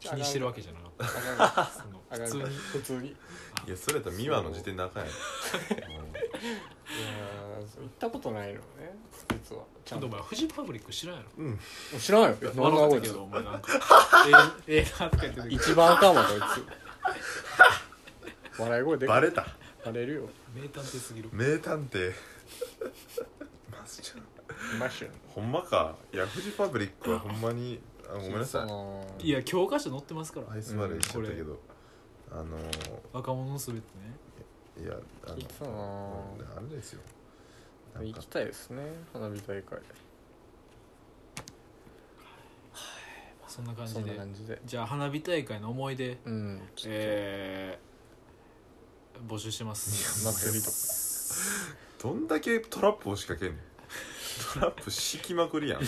S3: 気にしてるわけじゃなかっ
S2: あ
S3: たその
S2: かん
S3: 普通に
S2: 普通にい
S1: いやそれやったらミワの時点であかんやんうん
S2: やーそう行ったことないのね実はち
S3: ち
S2: ゃ
S3: ょ
S2: ん
S3: っと
S2: と
S3: お前フジファブリック知らんやろ
S2: 知らんよえ
S3: 笑
S2: なんだこ
S3: った
S2: い
S3: け
S2: つ
S3: どお前なんかええなとか言ってたけど
S2: 一番あかんわこいつ笑い声でか
S1: バ
S2: い
S1: レた
S2: バレるよ
S3: 名探偵すぎる
S1: 名探偵マジちゃん
S2: マッシュ
S1: ほんまかいやフジファブリックはほんまにあごめんなさい
S2: い
S3: いや教科書載ってますから
S1: アイスバレーしちゃったけど、あの
S3: 若者のすべてね
S1: ーいやあの
S2: 聞いてたな
S1: うんあれですよなん
S2: 行
S1: か
S2: きたいですね花火大会
S3: そんな感
S2: そ
S3: じ
S2: んな
S3: で
S2: 感じで
S3: じゃあ花火大会の思い出
S2: うん
S3: えー、募集してます
S2: 祭りとか
S1: どんだけトラップを仕掛けんねんトラップ敷きまくりやん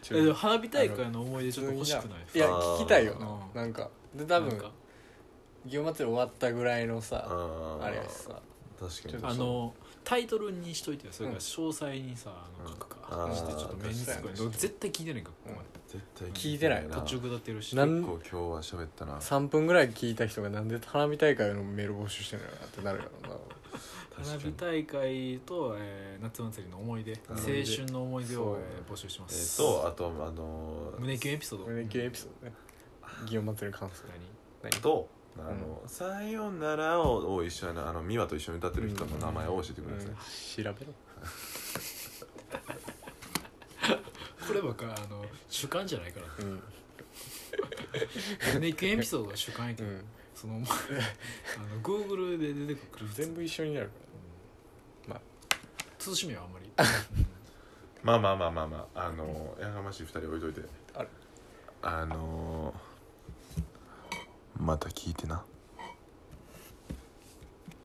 S2: ちょ
S3: えでも花火大会の思い出ちょっと欲しくない
S2: いや聞きたいよな
S3: うん
S2: なんかで多
S3: なん
S2: 分
S3: か
S2: 祇園祭り終わったぐらいのさ
S1: あー
S2: あれやしさ
S1: 確かに
S2: ちょっ
S3: あ
S2: と
S3: のタイトルにしといてよそれから
S2: うん
S3: 詳細にさ、あの
S1: うん
S3: 書く
S1: あ
S3: か
S1: ー
S3: してちょっと目につくから
S2: 確かに
S3: 絶対聞いてないか
S2: うん
S1: 絶対
S2: 聞いてない
S3: ら途中
S1: 結
S3: 下ってるし
S2: なん
S1: 構今日は喋ったな
S2: 3分ぐらい聞いた人がなんで花火大会のメール募集してんのかなってなるからな
S3: 花火
S1: え
S3: 大会と、えー夏祭りの思い出青
S1: 思い
S2: 出
S3: 春の思い出を、えー募集しま
S1: っ、
S3: す
S1: とあとあのー、
S3: 胸キュンエピソード
S2: 胸キュンエピソードね祇園祭り感想
S1: とあの、さよならを」を一緒にあの美和と一緒に歌ってる人の名前を教えてください、
S2: 調べろ
S3: 何こればっかあの主観じゃないから
S2: うん
S3: 胸キュンエピソードが主観やけ
S2: う
S3: ど、
S2: ん
S3: そのお前あの Google で出てくる
S2: 全部一緒になるか
S3: 慎みはあんまり
S1: まあまあまあまあまああのーやがましい2人置いといて
S2: あれ
S1: あのー、また聞いてな